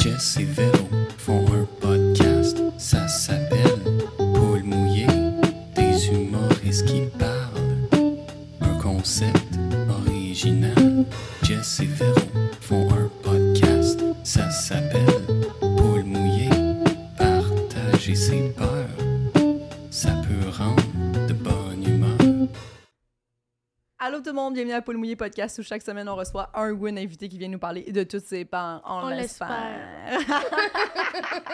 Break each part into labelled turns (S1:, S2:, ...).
S1: Jess et Véro font un podcast, ça s'appelle Paul mouillé, des humoristes qui parlent. Un concept original. Jess et Véro font un podcast, ça s'appelle Paul mouillé, partager ses peurs. Ça peut rendre de bonne humeur.
S2: Allô tout le monde, bienvenue à Paul Mouillé Podcast où chaque semaine on reçoit un ou une invité qui vient nous parler de toutes ses pans. On,
S3: On
S2: l'espère.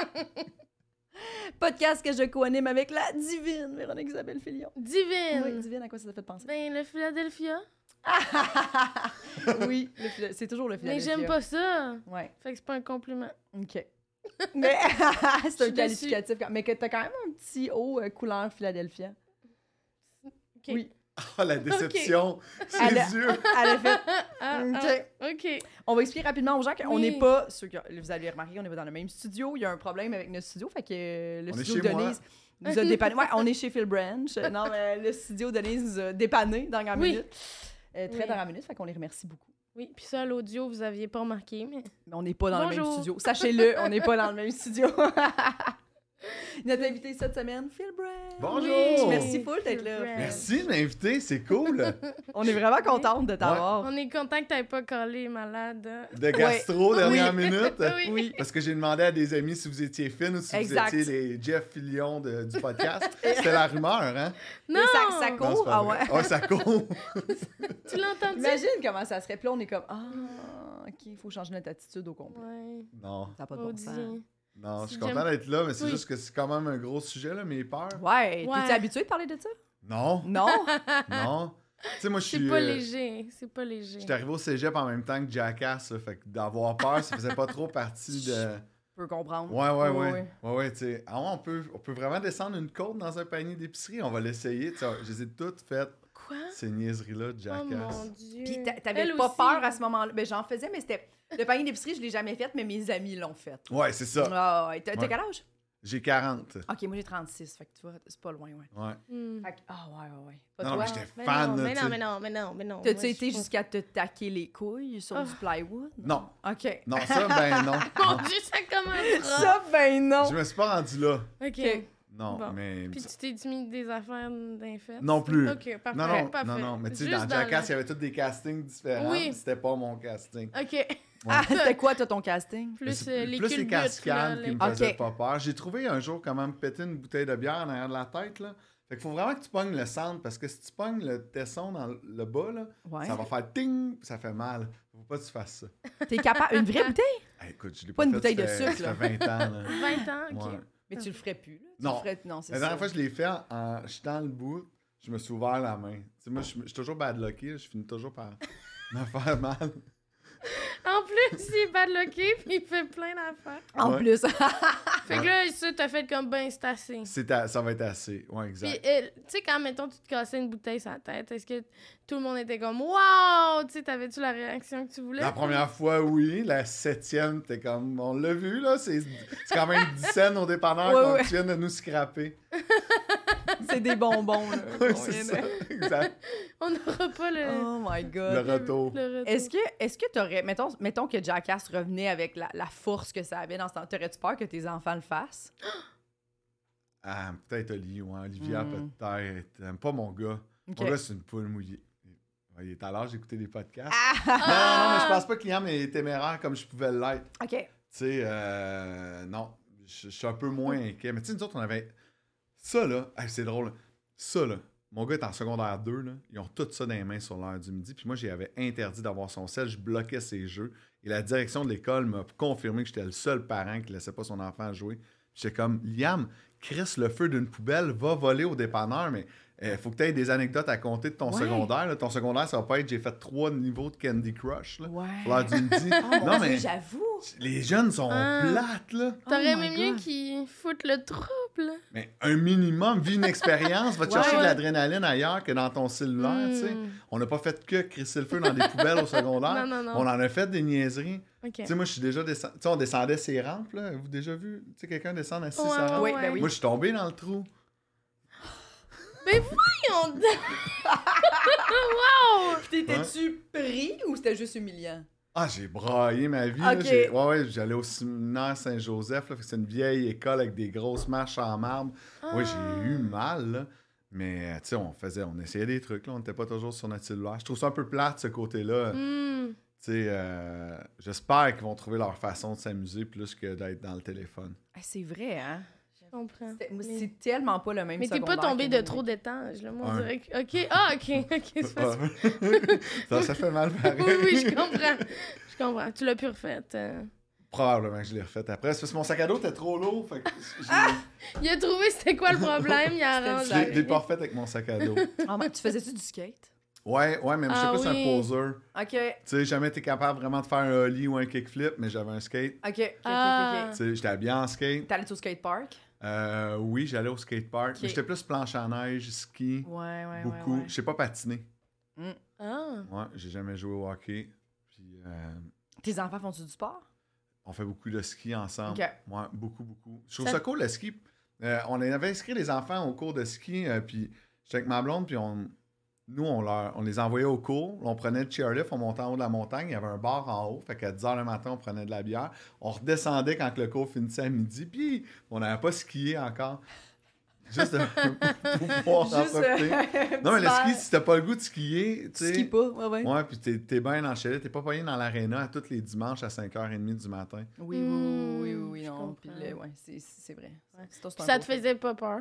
S2: Podcast que je co-anime avec la divine Véronique Isabelle Filion.
S3: Divine.
S2: Oui, divine, à quoi ça t'a fait penser?
S3: Ben le Philadelphia.
S2: oui, le philo- c'est toujours le
S3: Mais
S2: Philadelphia.
S3: j'aime pas ça.
S2: Ouais,
S3: Fait que c'est pas un compliment.
S2: ok. Mais
S3: suis
S2: c'est un
S3: déçue.
S2: qualificatif. quand- Mais que t'as quand même un petit haut euh, couleur Philadelphia.
S3: Ok.
S2: Oui.
S4: Ah, la déception!
S2: Elle a-
S4: Ses yeux!
S2: Elle a fait.
S3: Ah,
S2: Ok.
S3: ah, ok.
S2: On va expliquer rapidement aux gens qu'on
S3: Oui.
S2: n'est pas, ceux qui, vous avez remarqué, on n'est pas dans le même studio. Il y a un problème avec notre studio, fait que euh, le
S4: On est
S2: studio
S4: chez
S2: de
S4: moi.
S2: Denise nous a dépanné. Ouais, on est chez Phil Branch. Non, mais le studio de Denise nous a dépanné dans la
S3: Oui.
S2: minute. Euh, très
S3: Oui.
S2: dans la minute, fait qu'on les remercie beaucoup.
S3: Oui, puis ça, l'audio, vous aviez pas remarqué, mais.
S2: Mais on n'est pas dans le même
S3: Bonjour.
S2: studio. Sachez-le, on n'est pas dans le même studio. Notre invité cette semaine, Phil Branch.
S4: Bonjour!
S3: Oui.
S2: Merci beaucoup d'être là.
S3: Phil Branch.
S4: Merci de m'inviter, c'est cool!
S2: On est vraiment contente de t'avoir.
S3: On est content que t'aies pas collé malade.
S4: De gastro, dernière minute!
S3: oui.
S2: Oui.
S4: Parce que j'ai demandé à des amis si vous étiez Finn ou si
S2: Exact.
S4: vous étiez les Jeff Fillion de- du podcast. C'était la rumeur, hein?
S2: Mais
S3: Non.
S2: ça, ça court.
S4: Non, c'est pas
S2: ah
S4: vrai.
S2: ouais.
S4: Ah, ça court!
S3: Tu l'as entendu?
S2: Imagine comment ça serait. Puis là, on est comme, ah, OK, il faut changer notre attitude au complet.
S3: Ouais.
S4: Non,
S2: Ça n'a pas de bon
S3: Maudit.
S2: sens.
S4: non, je suis
S3: J'aime-
S4: content d'être là, mais c'est
S3: Oui.
S4: juste que c'est quand même un gros sujet, là, mes peurs.
S2: Ouais,
S3: Ouais.
S2: t'es habitué de parler de ça?
S4: Non,
S2: Non?
S4: non. Tu sais, moi, je
S3: C'est
S4: suis.
S3: pas
S4: euh,
S3: léger. C'est pas léger.
S4: J'étais arrivé au cégep en même temps que Jackass, là, fait que d'avoir peur, ça faisait pas trop partie de.
S2: Je peux comprendre.
S4: Ouais, ouais,
S2: Ouais,
S4: ouais.
S2: ouais.
S4: Ouais, ouais, tu sais. Ah ouais, on peut, on peut vraiment descendre une côte dans un panier d'épicerie. On va l'essayer. Tu sais, Ah, je les ai toutes faites,
S3: Quoi?
S4: ces niaiseries-là de
S3: Oh mon
S4: jackass.
S3: dieu.
S2: Puis t'a- t'avais
S3: Elle
S2: pas
S3: aussi.
S2: peur à ce moment-là. Ben, j'en faisais, mais c'était. Le panier d'épicerie, je l'ai jamais fait, mais mes amis l'ont fait.
S4: ouais, c'est ça.
S2: Ah, ouais. T'as t'as
S4: Ouais.
S2: quel âge?
S4: J'ai 40.
S2: Ok, moi j'ai 36, fait que tu vois, c'est pas loin, ouais.
S4: Ouais.
S3: Hmm.
S2: Fait que, ah, ouais, ouais, ouais. Pas
S4: Non,
S2: toi?
S4: mais j'étais
S3: Mais
S4: fan.
S3: non,
S4: là,
S3: mais
S4: tu
S3: non,
S4: sais.
S3: mais non, mais non, mais non.
S2: T'as-tu
S3: Moi, je
S2: été
S3: pense-
S2: jusqu'à te taquer les couilles sur du
S3: Oh.
S2: plywood?
S4: Non,
S2: Ok.
S4: non, ça, ben non.
S3: Mon
S4: Non.
S3: dieu, ça commencera.
S2: Ça, ben non!
S4: Je me suis pas rendu là.
S3: Ok.
S4: Non,
S3: Bon.
S4: mais.
S3: Puis tu t'es dit mis des affaires d'un fait.
S4: Non plus.
S3: Ok, parfait.
S4: Non, non,
S3: parfait.
S4: non, non, mais tu sais,
S3: Juste
S4: dans Jackass, il
S3: le-
S4: y avait tous des castings différents.
S3: Oui.
S4: C'était pas mon casting.
S3: Ok.
S2: Ah, c'était quoi, toi, ton casting?
S4: Mais
S3: Plus
S4: c'est
S3: euh, les
S4: plus les
S3: culbutes,
S4: cascades
S3: là,
S4: qui
S3: les-
S4: me faisaient
S2: Ok.
S4: pas peur. J'ai trouvé un jour comment me péter une bouteille de bière en arrière de la tête. Là. Fait qu'il faut vraiment que tu pognes le centre parce que si tu pognes le tesson dans le bas, là,
S2: Ouais.
S4: ça va faire ting, ça fait mal. Faut pas que tu fasses ça.
S2: T'es capable. Une vraie bouteille?
S4: Hey, écoute, je l'ai
S2: Pas
S4: pas,
S2: une
S4: fait,
S2: bouteille
S4: ça
S2: de
S4: fait-
S2: sucre,
S4: Ça fait 20 ans. là.
S3: 20 ans, ok.
S4: Ouais.
S2: Mais tu le ferais plus, là. Tu
S4: Non.
S2: le ferais- Non, c'est
S4: La dernière
S2: ça.
S4: fois que je l'ai fait, en jetant le bout, je me suis ouvert la main. Tu sais, moi, je suis je suis toujours bad lucky, là, je finis toujours par me faire mal.
S3: En plus, il est badlocké puis il fait plein d'affaires.
S2: En
S4: Ouais.
S2: plus.
S4: Ah.
S3: Fait que là, ça, t'as fait comme ben, c'est assez.
S4: C'est à- ça va être assez. Ouais,
S3: Puis,
S4: exact.
S3: euh, tu sais, quand, mettons, tu te cassais une bouteille sur la tête, est-ce que tout le monde était comme « Wow! » Tu sais, t'avais-tu la réaction que tu voulais?
S2: hein?
S4: La première fois, oui. La septième, t'es comme, on l'a vu, là. C'est c'est quand même 10 scènes au dépanneur
S2: Ouais,
S4: qu'on
S2: ouais.
S4: vient de nous scraper.
S2: C'est des bonbons, là.
S4: Oui, c'est ça. Exact.
S3: On n'aura pas le...
S2: Oh my
S4: Le
S2: god.
S4: retour.
S3: le retour.
S2: Est-ce que est-ce que t'aurais mettons mettons que Jackass revenait avec la, la force que ça avait dans ce temps, t'aurais-tu peur que tes enfants le fassent
S4: Ah, peut-être Oli, ouais. Olivia,
S2: Mm.
S4: peut-être. T'aimes pas mon gars.
S2: Ok.
S4: Mon gars, c'est une poule mouillée. Ouais, Il est à l'âge d'écouter des podcasts.
S2: Ah!
S4: Non, non, mais je pense pas que Liam est téméraire comme je pouvais l'être.
S2: Ok.
S4: Tu sais, euh, non, je je suis un peu moins
S2: Hmm.
S4: inquiet. Mais tu sais, nous autres, on avait. Ça, là, hey, c'est drôle. Ça, là, mon gars est en secondaire 2, là, ils ont tout ça dans les mains sur l'heure du midi. Puis moi, j'avais interdit d'avoir son sel, je bloquais ses jeux. Et la direction de l'école m'a confirmé que j'étais le seul parent qui laissait pas son enfant jouer. J'étais comme, Liam, crisse le feu d'une poubelle, va voler au dépanneur, mais il faut que tu aies des anecdotes à compter de ton
S2: Ouais.
S4: secondaire. là. Ton secondaire, ça va pas être j'ai fait trois niveaux de Candy Crush. Là,
S2: Ouais.
S4: Sur l'heure du midi.
S2: Oh, mon
S4: non,
S2: Dieu,
S4: mais.
S2: j'avoue.
S4: Les jeunes sont
S3: Ah.
S4: plates, là.
S3: T'aurais
S2: Oh my
S3: aimé mieux
S2: God.
S3: qu'ils foutent le trouble.
S4: Mais un minimum, vis une expérience, va te
S2: Ouais,
S4: chercher
S2: ouais.
S4: de l'adrénaline ailleurs que dans ton cellulaire,
S3: Hmm.
S4: tu sais. On n'a pas fait que crisser le feu dans des poubelles au
S3: Non,
S4: secondaire.
S3: non, non.
S4: On en a fait des niaiseries.
S3: Ok.
S4: Tu sais, moi, je suis déjà descendu. Tu sais, on descendait ces rampes, là. Avez-vous déjà vu, tu sais, quelqu'un descendre assis sur la rampe?
S2: Oui, ben oui.
S4: Moi, je suis tombé dans le trou.
S3: Mais voyons donc! wow!
S2: Puis T'étais-tu pris ou c'était juste humiliant
S4: Ah, j'ai braillé ma vie. là.
S2: Ok.
S4: J'ai- Ouais, ouais, j'allais au séminaire Saint-Joseph. là, fait que C'est une vieille école avec des grosses marches en marbre. Ah. Oui, j'ai eu mal, là. Mais, euh, tu sais, on faisait, on essayait des trucs, là. On n'était pas toujours sur notre cellulaire. Je trouve ça un peu plate, ce côté-là.
S3: Hmm.
S4: Tu sais, euh, j'espère qu'ils vont trouver leur façon de s'amuser plus que d'être dans le téléphone.
S2: Ah, c'est vrai, hein?
S3: Je comprends.
S2: C'est moi,
S3: Mais-
S2: c'est tellement pas le même
S3: Mais t'es pas
S2: secondaire
S3: tombé
S2: que
S3: de
S2: mon-
S3: trop d'étanges, là. Moi, on
S4: Ouais.
S3: dirait que. Ok, ah, ok, ok, c'est facile.
S4: ça, ça fait mal pareil.
S3: Oui, oui, je comprends. Je comprends. Tu l'as plus refaite. euh.
S4: Probablement que je l'ai refait après. C'est parce que mon sac à dos était trop lourd. Fait que j'ai-
S3: Ah, Il a trouvé c'était quoi le problème, il a
S2: C'était
S3: arrangé.
S4: je l'ai- je l'ai pas refait avec mon sac à dos.
S2: Ah, mais tu faisais-tu du skate?
S4: Ouais, ouais, mais je sais
S3: Ah
S4: pas si c'est un
S3: oui.
S4: poseur.
S2: OK,
S4: Tu sais, jamais été capable vraiment de faire un ollie ou un kickflip, mais j'avais un skate.
S2: OK, OK, OK,
S3: Ah.
S2: OK.
S4: Tu sais, j'étais habillé en skate.
S2: T'allais-tu au skatepark?
S4: Euh, oui, j'allais au skatepark.
S2: Ok.
S4: Mais j'étais plus planche à neige, ski,
S2: Ouais, ouais,
S4: beaucoup.
S2: ouais. ouais.
S4: Je sais pas patiner.
S3: Ah.
S4: Ouais, j'ai jamais joué au hockey. Puis, euh,
S2: Tes enfants font-tu du sport?
S4: on fait beaucoup de ski ensemble.
S2: Ok.
S4: Ouais, beaucoup, beaucoup. Je trouve
S3: Ça-
S4: ça, cool, le ski. Euh, on avait inscrit les enfants au cours de ski, euh, puis j'étais avec ma blonde, puis on, nous, on, leur, on les envoyait au cours. On prenait le chairlift, on montait en haut de la montagne. Il y avait un bar en haut, fait qu'à 10 h le matin, on prenait de la bière. On redescendait quand que le cours finissait à midi, puis on n'avait pas skié encore. Juste de- pour pouvoir en profiter. Non, mais le ski, si t'as pas le goût de skier, tu sais.
S2: euh, Ski pas, ouais, ouais.
S4: Ouais, puis t'es t'es bien dans le chalet, t'es pas payé dans l'aréna à tous les dimanches à 5h30 du matin.
S2: Oui, oui, oui, oui, oui,
S3: Hmm,
S2: oui,
S3: je
S2: non. Puis
S3: comprends.
S2: là, ouais, c'est- c'est vrai.
S3: Ouais.
S2: C'est- c'est un
S3: Puis ça
S2: beau-
S3: te faisait pas peur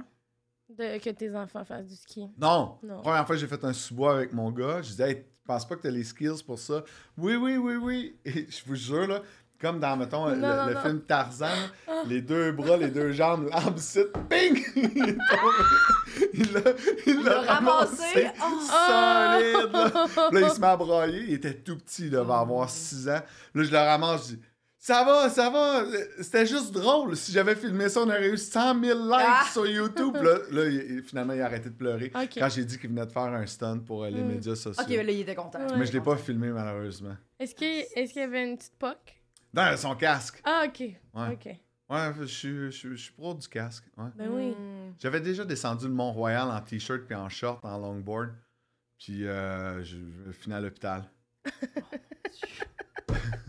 S3: de, que tes enfants fassent du ski.
S4: Non!
S3: Non.
S4: Première fois, j'ai fait un sous-bois avec mon gars. Je disais, hey, tu penses pas que t'as les skills pour ça? Oui, oui, oui, oui. Et je vous jure, là, comme dans, mettons, le,
S3: non,
S4: le
S3: non.
S4: film Tarzan, les deux bras, les deux jambes, l'arbre site, ping! Il est tombé. Il l'a il
S2: l'a
S4: l'a
S2: ramassé.
S4: ramassé.
S3: Ah!
S4: Solide, là. Puis là, il se met à brailler. Il était tout petit, il devait avoir 6 ans. Là, je le ramasse, je dis Ça va, ça va. C'était juste drôle. Si j'avais filmé ça, on aurait eu 100 000 likes
S2: Ah!
S4: sur YouTube. Là, là, il- il- finalement, il a arrêté de pleurer.
S3: Ok.
S4: Quand j'ai dit qu'il venait de faire un stunt pour euh, les
S3: Mm.
S4: médias sociaux.
S2: Hmm. Ok, là, il était content.
S3: Ouais.
S4: Mais je l'ai pas filmé, malheureusement.
S3: Est-ce qu'il est qu'il y avait une petite poque?
S4: Dans son casque.
S3: Ah, ok.
S4: Ouais.
S3: Ok.
S4: Ouais, je suis- je suis je suis pro du casque. Ouais.
S3: Ben oui.
S2: Hmm.
S4: J'avais déjà descendu le Mont-Royal en t-shirt puis en short, en longboard. Puis euh, je, je finis à l'hôpital.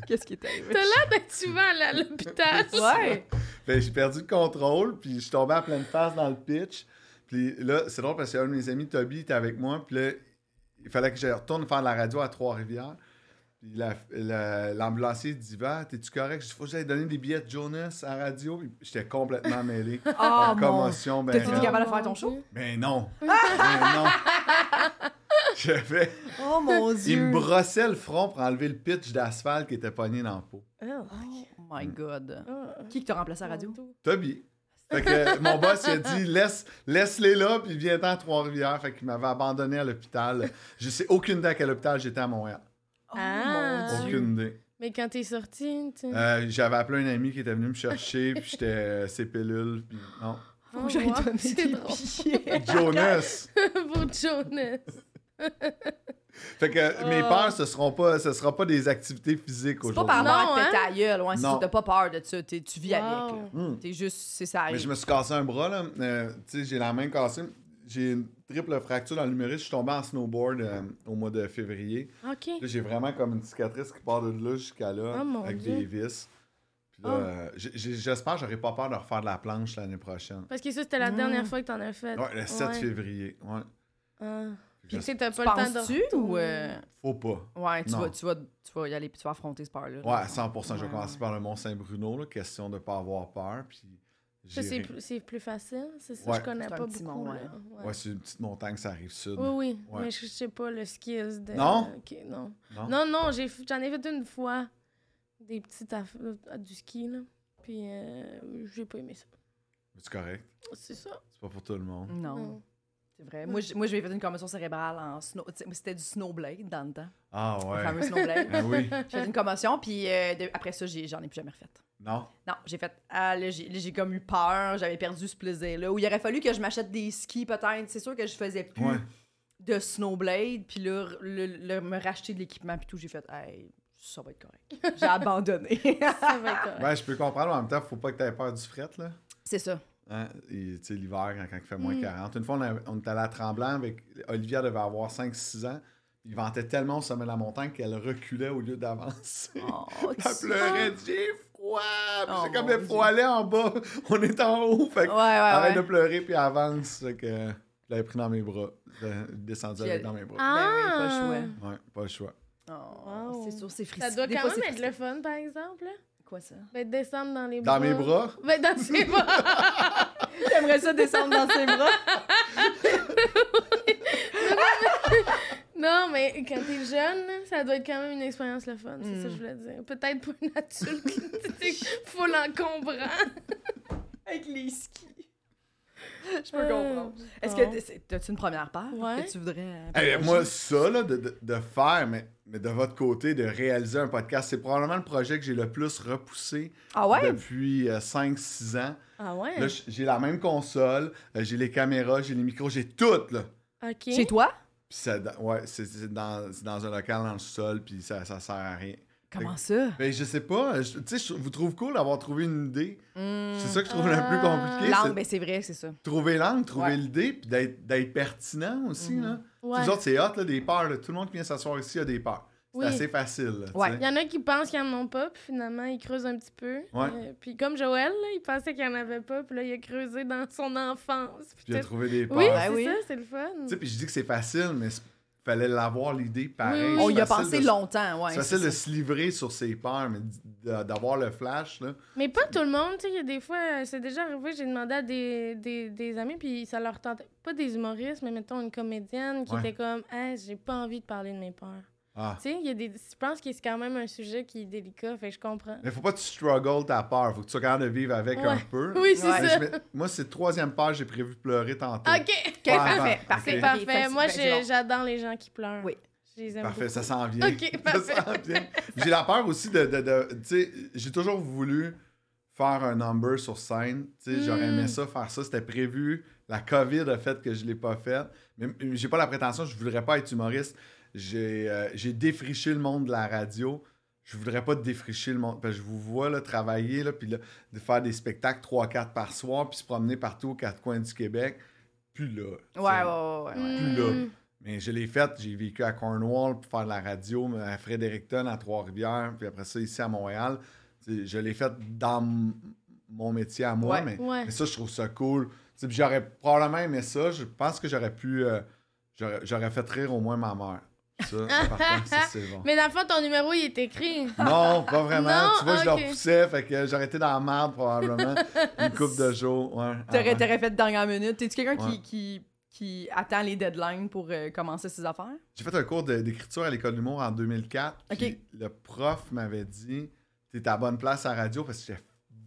S2: Qu'est-ce qui est arrivé?
S3: T'as l'air d'être souvent allé à l'hôpital.
S2: Ouais!
S4: Fait que Ben, j'ai perdu le contrôle, puis je suis tombé à pleine face dans le pitch. Puis là, c'est drôle parce que un de mes amis, Toby, était avec moi. Puis là, il fallait que je retourne faire de la radio à Trois-Rivières. Puis la- la- l'ambulancier dit Va, t'es-tu correct Je dis Faut que j'aille donner des billets de Jonas à la radio. Puis J'étais complètement mêlé.
S2: Ah,
S4: La
S2: mon...
S4: commotion, ben.
S2: T'as-tu été
S4: raide.
S2: capable de
S3: Oh,
S2: faire
S3: mon
S2: ton show?
S3: Dieu.
S4: Mais non Mais non J'avais.
S2: Oh mon
S4: Il
S2: dieu!
S4: me brossait le front pour enlever le pitch d'asphalte qui était pogné dans le pot.
S3: Oh.
S2: Oh
S4: Hmm.
S2: my god.
S3: Ah.
S2: Qui qui t'a remplacé à la radio?
S4: Toby. Fait que mon boss il a dit laisse laisse-les là puis viens-t'en à Trois-Rivières fait qu'il m'avait abandonné à l'hôpital. Je sais aucune idée à quel hôpital j'étais à Montréal.
S2: Oh
S3: Ah.
S2: mon dieu!
S4: Aucune idée.
S3: Mais quand t'es sorti, tu.
S4: Euh, j'avais appelé un ami qui était venu me chercher puis j'étais euh, ses pilules puis non.
S2: Faut que j'aille
S3: Oh, wow,
S2: donner
S3: c'est
S2: des
S3: drôle.
S2: billets.
S4: Jonas.
S3: Pour Jonas.
S4: Fait que euh, mes peurs ce seront pas ce sera pas des activités physiques
S2: Oh. C'est pas par
S4: aujourd'hui.
S3: Non,
S2: rapport à
S3: hein?
S2: te péter la gueule, ouais, c'est
S4: Non.
S2: ça, t'as pas peur de ça, t'es- tu vis avec.
S3: Wow.
S2: là.
S4: Hmm.
S2: T'es juste, c'est ça
S4: Mais
S2: arrive.
S4: je me suis cassé un bras là, Euh, tu sais j'ai la main cassée, j'ai une triple fracture dans le l'humérus, je suis tombé en snowboard euh, au mois de février.
S3: Ok.
S4: Là, j'ai vraiment comme une cicatrice qui part de là jusqu'à là,
S3: Oh, mon
S4: avec
S3: Dieu.
S4: des vis. Puis là,
S3: Oh.
S4: euh, j'ai- j'ai- j'espère que j'aurai pas peur de refaire de la planche l'année prochaine.
S3: Parce que ça, c'était la
S2: Mm.
S3: dernière fois que t'en as fait.
S4: Ouais, le 7
S3: Euh, Ouais.
S4: février. Ouais.
S3: Ah. Puis tu
S4: J'espère-
S3: sais, t'as pas le temps de.
S2: Penses-tu ou... euh,
S4: Faut pas.
S2: Ouais, tu
S4: Non.
S2: vas, tu, vas, tu vas y aller puis tu vas affronter ce peur-là.
S4: Ouais, à 100 je vais
S2: Ouais,
S4: commencer
S2: ouais.
S4: par le Mont-Saint-Bruno, là, question de pas avoir peur. Puis
S3: Ça, c'est
S4: j'irai.
S3: plus, c'est plus facile. C'est ça,
S4: Ouais.
S3: je connais
S2: C'est un
S3: pas
S2: petit
S3: beaucoup.
S2: mont,
S3: là.
S4: Ouais, c'est une petite montagne, ça arrive sud.
S3: Oui, oui.
S4: Ouais.
S3: Mais je, je sais pas le skills de.
S4: Non?
S3: Ok, non.
S4: Non?
S3: Non, non, j'ai f- j'en ai, fait une fois des petites aff- euh, du ski, là. Puis euh, j'ai pas aimé ça.
S4: Mais C'est correct.
S3: C'est ça.
S4: C'est pas pour tout le
S3: Mm.
S4: monde.
S2: Non,
S3: Non.
S2: c'est vrai. Moi, j'ai- moi, j'ai fait une commotion cérébrale en snow... tu sais, C'était du snowblade dans le temps,
S4: Ah
S2: le
S4: ouais.
S2: fameux snowblade.
S4: Ah oui.
S2: J'ai fait une commotion, puis euh, de- après ça, j'ai- j'en ai plus jamais refait.
S4: Non.
S2: Non, j'ai fait. Ah, là, j'ai là, j'ai comme eu peur, j'avais perdu ce plaisir-là. Ou il aurait fallu que je m'achète des skis, peut-être. C'est sûr que je faisais plus
S4: Ouais.
S2: de snowblade, puis là, r- le, le- me racheter de l'équipement, puis tout. J'ai fait, hey, ça va être correct. J'ai abandonné.
S3: Ça va être correct.
S4: Ben, je peux comprendre, mais en même temps, faut pas que t'aies peur du fret, là.
S2: C'est ça.
S4: Hein, et, tu sais,
S2: Hmm.
S4: l'hiver, quand, quand il fait moins
S3: Mm.
S4: 40. Une fois, on, a- on est allé à Tremblant avec. Olivia devait avoir 5-6 ans. il ventait tellement au sommet de la montagne qu'elle reculait au lieu d'avancer.
S2: Oh,
S4: Elle
S2: tu-
S4: pleurait, j'ai froid! Puis
S2: Oh,
S4: c'est comme
S2: mon
S4: le froid allait en bas, on est en haut. Fait que
S2: Ouais,
S4: arrête
S2: ouais,
S4: de
S2: ouais.
S4: pleurer, puis avance. Fait que je l'avais pris dans mes bras. Je l'ai descendu
S2: Puis
S4: avec
S2: elle-
S4: dans mes bras.
S2: Ben oui, pas le
S3: Ah!
S2: choix.
S4: Ouais, pas le choix.
S2: Oh,
S3: Wow.
S2: C'est sûr, c'est frisson.
S3: Ça doit
S2: Des
S3: quand
S2: fois,
S3: même
S2: c'est
S3: être le fun, par exemple. là.
S2: frisson. Quoi ça?
S3: Ben, descendre dans les bras.
S4: Dans mes bras,
S3: Ben, dans ses bras.
S2: J'aimerais ça descendre dans ses bras.
S3: Non, mais quand t'es jeune, là, ça doit être quand même une expérience le fun, c'est
S2: Mm.
S3: ça que je voulais dire. Peut-être pour une adulte, tu sais, full encombrant.
S2: Avec les skis. Euh, Je peux comprendre.
S3: Euh,
S2: Est-ce que t'es- c'est- t'as-tu une première paire
S3: Ouais.
S2: que tu voudrais. euh,
S4: Eh bien, moi, ça, là, de, de- de faire, mais, mais de votre côté, de réaliser un podcast, c'est probablement le projet que j'ai le plus repoussé
S2: Ah
S4: ben,
S2: ouais?
S4: depuis 5-6 ans.
S3: Ah ouais?
S4: Là, j- j'ai la même console, euh, j'ai les caméras, j'ai les micros, j'ai tout, là.
S3: Ok.
S2: Chez toi?
S4: Puis ça, ouais, c'est c'est dans, c'est dans un local dans le sol, puis ça, ça sert à rien.
S2: Comment ça?
S4: Ben, je sais pas, je- tu sais, je vous trouve cool d'avoir trouvé une idée.
S2: Hmm.
S4: C'est ça que je trouve le plus
S3: Ah.
S4: compliqué.
S2: L'angle,
S4: c'est
S2: ben c'est vrai, c'est ça.
S4: Trouver l'angle, trouver
S2: Ouais.
S4: l'idée, puis d'être d'être pertinent aussi,
S2: Mhm.
S4: là.
S3: Ouais.
S4: Nous autres, c'est hot, là, des peurs, là. Tout le monde qui vient s'asseoir ici a des peurs. C'est
S3: Oui.
S4: assez facile, là, tu
S2: Ouais.
S4: sais.
S3: Il y en a qui pensent qu'ils en ont pas, puis finalement, ils creusent un petit peu.
S4: Ouais.
S3: Euh, puis comme Joël, là, il pensait qu'il en avait pas, puis là, il a creusé dans son enfance. puis
S4: Puis il a
S3: tout.
S4: trouvé des peurs.
S3: Oui,
S2: Ben
S3: c'est
S2: oui.
S3: ça, c'est le fun.
S4: Tu sais, puis je dis que c'est facile, mais c'est- fallait l'avoir, l'idée, pareil.
S3: Oui, oui.
S4: C'est
S2: On y a
S4: facile
S2: pensé
S4: de-
S2: longtemps, ouais.
S4: C'est facile
S2: c'est
S4: de
S2: ça.
S4: se livrer sur ses peurs, mais d- d- d'avoir le flash, là.
S3: Mais pas tout le monde, tu sais, il y a des fois, euh, c'est déjà arrivé, j'ai demandé à des, des, des amis, puis ça leur tentait, pas des humoristes, mais mettons une comédienne qui
S4: Ouais.
S3: était comme, hey, j'ai pas envie de parler de mes peurs.
S4: Ah.
S3: Tu sais, il y a des, je pense que c'est quand même un sujet qui est délicat, fait que je comprends.
S4: Mais faut pas que tu struggles ta peur, faut que tu sois capable de vivre avec un
S3: Ouais.
S4: peu.
S3: Oui, c'est Ah,
S2: Ouais.
S4: Mais
S3: ça.
S4: je mets- Moi, c'est troisième peur, j'ai prévu de pleurer tantôt.
S3: Ok,
S2: Ok,
S4: Ouais,
S2: parfait,
S4: ouais.
S2: parfait.
S4: euh, Ok.
S3: c'est
S2: ok,
S3: parfait.
S2: facile.
S3: Moi,
S2: Ben,
S3: j'ai-
S2: c'est bon.
S3: j'adore les gens qui pleurent.
S2: Oui.
S3: Je les aime
S4: Parfait,
S3: beaucoup.
S4: ça s'en vient.
S3: Ok,
S4: ça
S3: parfait.
S4: s'en vient. J'ai la peur aussi de. de, de- tu sais, j'ai toujours voulu faire un number sur scène. Tu sais, J'aurais
S3: Mm.
S4: aimé ça, faire ça. C'était prévu. La COVID a fait que je ne l'ai pas fait. Mais mais j'ai pas la prétention, je voudrais pas être humoriste. J'ai euh, j'ai défriché le monde de la radio. Je voudrais pas défricher le monde. Parce que je vous vois là, travailler, là, puis là, de faire des spectacles 3-4 par soir, puis se promener partout aux quatre coins du Québec. Puis là. tu sais.
S2: Ouais, ouais, ouais, ouais. ouais.
S4: Plus là.
S3: Mm.
S4: Mais je l'ai faite, j'ai vécu à Cornwall pour faire de la radio, mais à Fredericton, à Trois-Rivières, puis après ça ici à Montréal. Tu sais, Je l'ai faite dans m- mon métier à moi,
S2: Ouais.
S4: mais,
S3: Mm, Ouais.
S4: mais ça, je trouve ça cool. Tu sais, puis J'aurais probablement aimé ça, je pense que j'aurais pu. euh, j'aurais j'aurais fait rire au moins ma mère. Ça, par contre, ça, c'est bon.
S3: Mais dans le fond, ton numéro, il est écrit.
S4: Non, pas vraiment.
S3: Non,
S4: tu vois, je
S3: ok.
S4: leur poussais, fait que j'aurais été dans la merde probablement une couple de jours. Ouais,
S2: T'aurais
S4: avant.
S2: t'aurais fait de dernière minute. T'es-tu quelqu'un
S4: Ouais.
S2: qui, qui, qui attend les deadlines pour euh, commencer ses affaires?
S4: J'ai fait un cours de- d'écriture à l'école d'humour en 2004.
S2: Ok.
S4: puis Le prof m'avait dit T'es à bonne place à la radio parce que j'étais